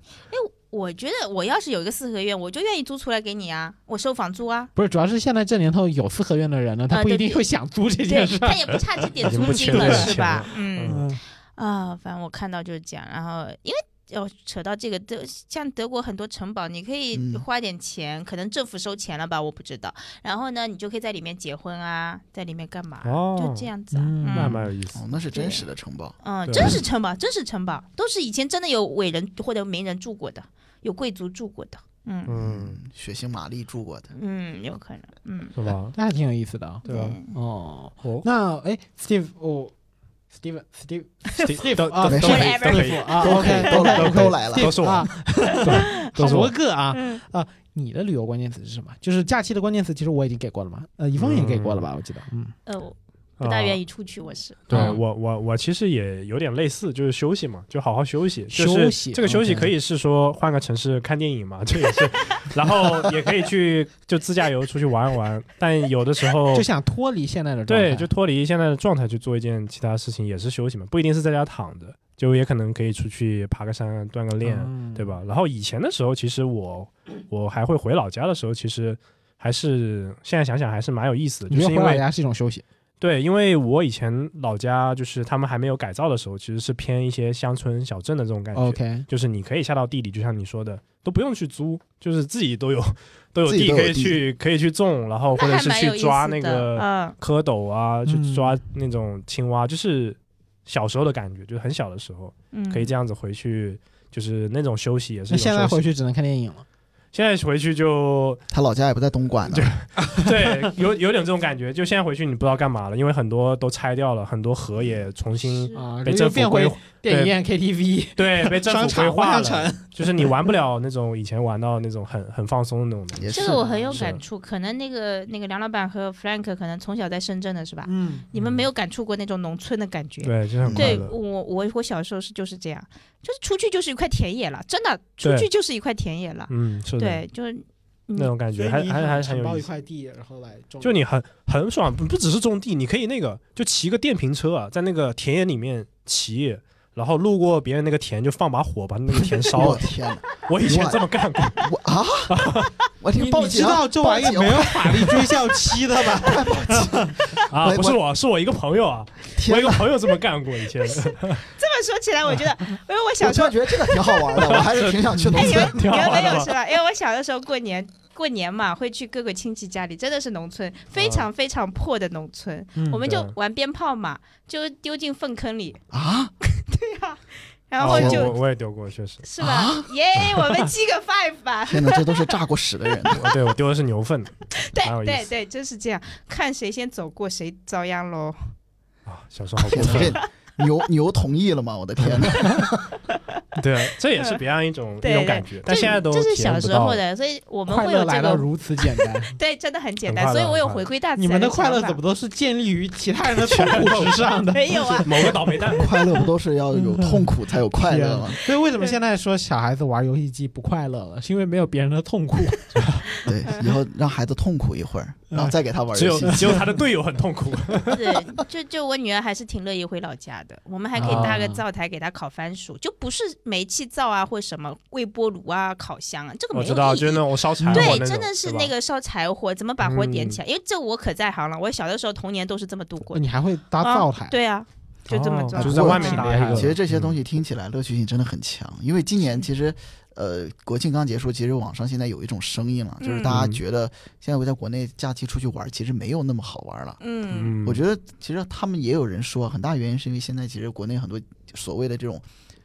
我觉得我要是有一个四合院，我就愿意租出来给你啊，我收房租啊。不是，主要是现在这年头有四合院的人呢，他啊不一对定会想租这 对件事，儿他。也不差这点已经租不金缺了，这是钱吧了？嗯嗯啊，反正我看到就是这样。然后因为要扯到这个德，像德国很多城堡，你可以嗯花点钱，可能政府收钱了吧，我不知道。然后呢，你就可以在里面结婚啊，在里面干嘛，就哦这样子啊。嗯那蛮有意思 哦，。那是真实的城堡，嗯，对真是城堡，真是城堡，都是以前真的有伟人或者名人住过的，有贵族住过的，嗯嗯，，血腥玛丽住过的，嗯，有可能，嗯，是吧？ 那还挺有意思的啊。对吧？哦，我那哎，Steve，我 Steve，Steve， Steve 都啊呃都都可以， Whatever 都可以，啊都可以，OK，都来了 OK，OK，都来了 Steve，都是我啊， 都好是多我。个啊嗯啊！你的旅游关键词是什么？就是假期的关键词，其实我已经给过了嘛。呃，一峰也给过了吧？我记得，嗯，呃，我不大啊愿意出去，我是，对啊我我我其实也有点类似，就是休息嘛，就好好休息。就休是息这个休息 OK 可以是说换个城市看电影嘛，这也是， 然后也可以去就自驾游出去玩一玩。但有的时候就想脱离现在的状态，哦对，就脱离现在的状态去做一件其他事情，也是休息嘛，不一定是在家躺着，就也可能可以出去爬个山、锻个炼，嗯对吧？然后以前的时候，其实我我还会回老家的时候，其实还是现在想想还是蛮有意思的，你就觉是得回因老为家是一种休息？对，因为我以前老家就是他们还没有改造的时候，其实是偏一些乡村小镇的这种感觉。哦 OK，就是你可以下到地里，就像你说的，都不用去租，就是自己都有都有自己地都可有以地去可以去种，然后或那者还是蛮有去意抓思那的个嗯，蝌蚪啊，去嗯抓那种青蛙，就是小时候的感觉，就是很小的时候嗯可以这样子回去，就是那种休息也是那一种现在休息回，去只能看电影了。现在回去就他老家也不在东莞呢。对，有有点这种感觉，就现在回去你不知道干嘛了，因为很多都拆掉了，很多河也重新是啊，被又政变府规回电影院、KTV、对被政商府规场、划万象了，城， 就是你玩不了那种以前玩到那种很很放松的那种东西。也是这个我很有是感触，可能那个那个梁老板和 Frank 可能从小在深圳的是吧？嗯，你们没有感触过那种农村的感觉。对，就是很快对乐。我，我我小时候是就是这样，就是出去就是一块田野了，真的出对去就是一块田野了。嗯，是的，对，就是那种感觉还还还是很有意思。块地，然后来种就你很很爽，不不只是种地，你可以那个就骑个电瓶车啊，在那个田野里面骑，然后路过别人那个田就放把火把那个田烧 我了。天哪，我以前这么干过，我啊， 我你天，报你知警啊！道这玩意儿没有法律追效期的吧？啊，我不是我，是我一个朋友啊，我 天一个哪！朋友这么干过以前，这么说起来，我觉 得，因为我小我时突候然觉得这个挺好玩的，我还是挺想去农哎，你村们。你 挺好们没玩的有吧是吧？因为我小的时候过年。过年嘛，会去各个亲戚家里，真的是农村，非常非常破的农村。嗯我们就嗯对玩鞭炮嘛，就丢进粪坑里，啊，对呀、然后啊就、我我啊我也丢过，确实，是吧？耶、我们七个 five 吧，天哪，这都是炸过屎的人。我哦对我丢的是牛粪蛮对有意对思对，就是这样，看谁先走过谁遭殃喽。啊，小时候好过天哪，分， 这 牛牛同意了吗？我的天哪！对，啊这也是别样一种对一种感觉，但这现在都这是体验小不时到候了的，所以我们快会有乐这来到个如此简 单，对，真的很简很单，快所以乐我有很回归大自然。你们的快乐怎么都是建立于其他人的痛苦之上的？ 没有啊？某个倒 霉蛋，快乐不都是要有痛苦才有快乐啊吗？所以为什么现在说小孩子玩游戏机不快乐了？是因为没有别人的 痛苦。对，以后让孩子痛苦一会儿，然后再给他玩嗯只有游戏。只有他的队友很痛 苦，对，就就我女儿还是挺乐意回老家的。我们还可以搭个灶台给她烤番薯，就不是煤气灶啊，或什么微波炉啊、烤箱啊，这个没我有意知道，义。就是那种烧柴火那对，种，真的是吧那个烧柴火，怎么把火点嗯起来？因为这我可在行了，我小的时候童年都是这么度过的。你还会搭灶台？对啊，就这么抓哦就是在外面搭一个。嗯其实这些东西听起来乐趣性真的很强，因为今年其实，呃，国庆刚结束，其实网上现在有一种声音了，就是大家嗯觉得现在我在国内假期出去玩，其实没有那么好玩了。嗯嗯，嗯，我觉得其实他们也有人说，很大原因是因为现在其实国内很多所谓的这种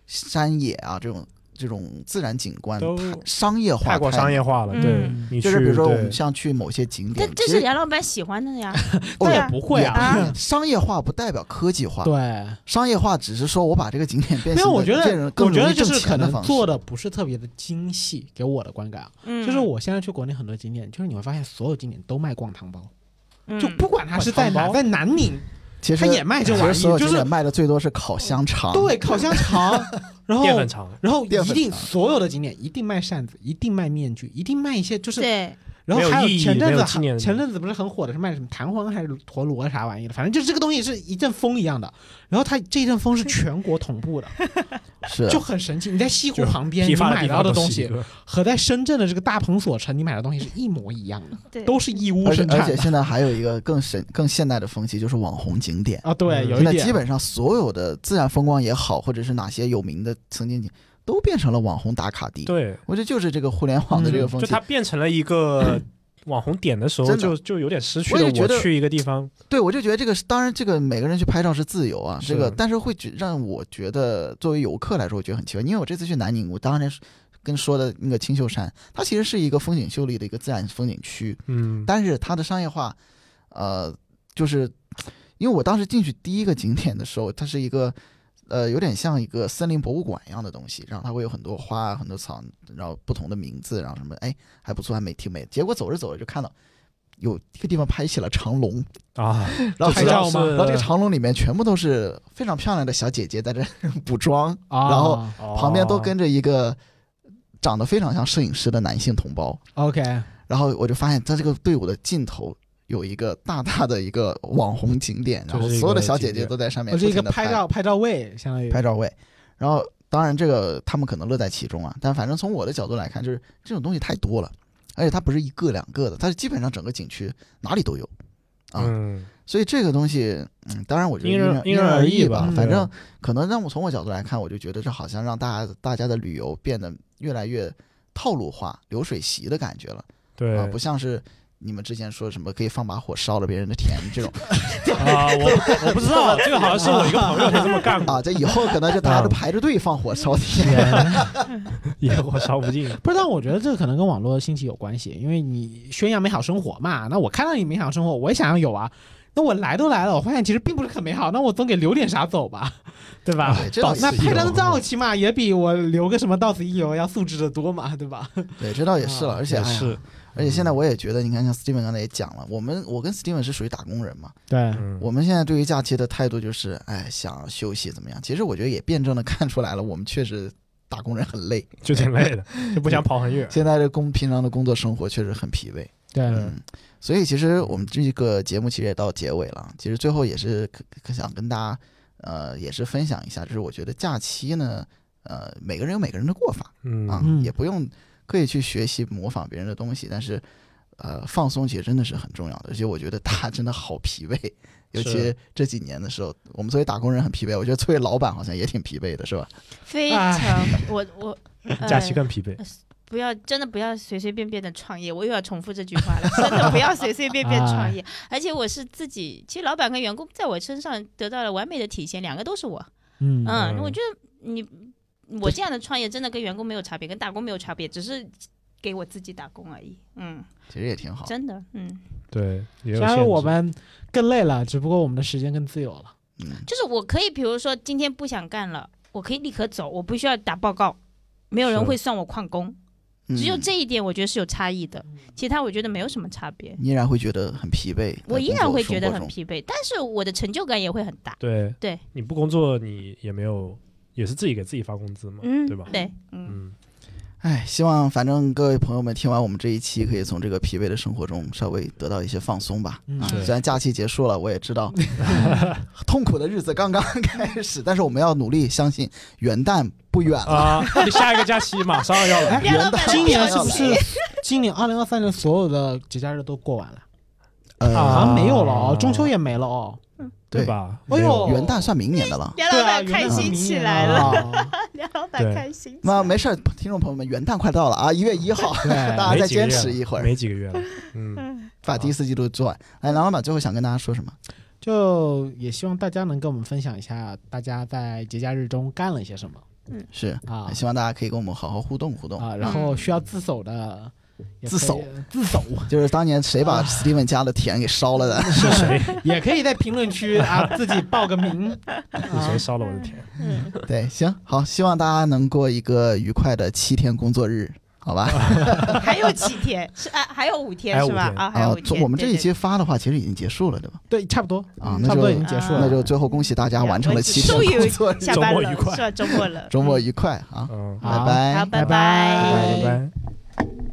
山野啊，这种这种自然景观都太商业化，太过商业。化了，对嗯，你就是比如去说，我对们像去某些景点但，这其是实杨老板喜欢的呀，哦对也啊不会啊，啊，商业化不代表科技化，对。商业化只是说我把这个景点变没有，成我一觉个得变成，更我觉容得易就挣是可钱的能方式。做的不是特别的精细，给我的观感啊， 嗯，就是我现在去国内很多景点，就是你会发现所有景点都卖灌汤包，嗯就不管它是在哪，灌汤包在南宁，其实它也卖这玩意其实所有儿，就景点是卖的最多是烤香肠，对烤香 肠，然后淀粉肠，然后嗯淀一粉定肠所有的景点一定卖扇子，一定卖面具，一定卖一些就是，对，然后没有还意义前阵没子有纪念还的前阵子不是很火的是卖什么弹簧还是陀螺啥玩意的，反正就是这个东西是一阵风一样的，然后它这一阵风是全国同步的。是就很神奇。你在西湖就旁边批你发的买地到方的都东是一西个和在深圳的这个大鹏所城你买的东西是一模一样的，对，都是义乌而且生而产且的现在还有一个更神更现代的风气，就是网红景点。啊。对，嗯有现一在点基本上所有的自然风光也好，或者是哪些有名的曾经景都变成了网红打卡地。对，我觉得就是这个互联网的这个风就气它。变成了一 个网红点的时候真，的就就有点失去我了也觉我得去一个地方，对，我就觉得这个是当然，这个每个人去拍照是自由啊，是这个但是会觉让我觉得作为游客来说，我觉得很奇怪，因为我这次去南宁，我当然是跟说的那个青秀山，它其实是一个风景秀丽的一个自然风景区，嗯，但是它的商业化，呃，就是因为我当时进去第一个景点的时候，它是一个呃有点像一个森林博物馆一样的东西，然后它会有很多花、很多草，然后不同的名字，然后什么，哎，还不错，还没挺美。结果走着走着就看到。有一个地方拍起了长龙， 啊，然后拍照吗然后这嗯哦个长龙里面全部都是非常漂亮的小姐姐在这 补妆，啊，然后旁边都哦跟着一个长得非常像摄影师的男性同胞， OK 然后我就发现，在这个队伍的尽头有一个大大的一个网红景点，然后就是一个所有的小姐姐都在上面哦我是一不个停地拍拍照拍照位，相当于拍照位。然后，当然这个他们可能乐在其中啊，但反正从我的角度来看，就是这种东西太多了，而且它不是一个两个的，它是基本上整个景区哪里都有。啊嗯，所以这个东西，嗯，当然我觉得因因人人因因人而而异吧吧，嗯反正可能让我从我角度来看，我就觉得这好像让大家大家的旅游变得越来越套路化、流水席的感觉了。对啊，不像是你们之前说什么可以放把火烧了别人的田这种啊，我我不知道，这个好像是我一个朋友他这么干过， 啊，这以后可能就大家都排着队放火烧田。野火烧不尽，不是，但我觉得这个可能跟网络兴起有关系，因为你宣扬美好生活嘛，那我看到你美好生活，我也想要有啊。那我来都来了，我发现其实并不是很美好，那我总给留点啥走吧， 对吧？啊对，这倒那是嗯 拍张照起码也比我留个什么到此一游要素质的多嘛，对吧？对，这倒也是了，啊而且也哎呀是，嗯而且现在我也觉得，你看像 Steven 刚才也讲了，我们我跟 Steven 是属于打工人嘛，对嗯我们现在对于假期的态度就是，哎，想休息怎么样？其实我觉得也辩证的看出来了，我们确实。打工人很累，就挺累的，嗯就不想跑很远，现在这工平常的工作生活确实很疲惫。对嗯，所以其实我们这个节目其实也到结尾了，其实最后也是可可想跟大家，呃，也是分享一下，就是我觉得假期呢，呃，每个人有每个人的过法嗯啊，嗯也不用刻意去学习模仿别人的东西，但是，呃，放松其实真的是很重要的，而且我觉得大家真的好疲惫，尤其是这几年的时候，我们作为打工人很疲惫，我觉得作为老板好像也挺疲惫的，是吧？非常，我我。呃假期更疲惫，不要，真的不要随随便便的创业。我又要重复这句话了，真的不要随随便便创业。而且我是自己，其实老板跟员工在我身上得到了完美的体现，两个都是我。嗯嗯，嗯我觉得你我这样的创业真的跟员工没有差别，跟打工没有差别，只是给我自己打工而已。嗯，其实也挺好。真的，嗯，对，也有虽然限我制们更累了，只不过我们的时间更自由了。嗯，就是我可以，比如说今天不想干了，我可以立刻走，我不需要打报告，没有人是会算我旷工。只有嗯，这一点，我觉得是有差异的，其他我觉得没有什么差别。你依然会觉得很疲惫，我依然会觉得很惫。疲惫，但是我的成就感也会很大。对对，你不工作，你也没有，也是自己给自己发工资嘛，嗯，对吧？对， 嗯，嗯，哎，希望反正各位朋友们听完我们这一期，可以从这个疲惫的生活中稍微得到一些放松吧。嗯啊，对虽然假期结束了，我也知道嗯痛苦的日子刚刚开始，但是我们要努力，相信元旦不远了。啊，你下一个假期马上要来不要元老板旦今年是不不是？今年二零二三年所有的节假日都过完了？呃，好啊像没有了哦，中秋也没了哦。对吧？哎呦元旦算明年的了。梁对老啊，板原开来是心明起年来了，啊梁老板对开心起来那了。 没事儿，听众朋友们，元旦快到了啊，一月一号， 对，大家再没几个月坚持一会了儿，没几个月了， 嗯，把第四季度做完。哎，梁老板最后想跟大家说什么？就也希望大家能跟我们分享一下，大家在节假日中干了一些什么是，啊希望大家可以跟我们好好互动互动。啊，然后需要自首的也可以自首自首，就是当年谁把 Steven 家的田给烧了的？是谁？也可以在评论区啊自己报个名，啊是谁烧了我的田？ 对，行，好，希望大家能过一个愉快的七天工作日，好吧？还有几天是啊，还有五天还有是吧五？天啊，还有啊五，天。我们这一对对期发的话，其实已经结束了，对吧？对，差不多啊，嗯差那不多已就经结束啊那了。就最后恭喜大家对完成了我七天终于工作日，下班周末了愉快 是吧？周末了，周末愉快啊，嗯，拜好拜好，。拜拜拜拜拜拜。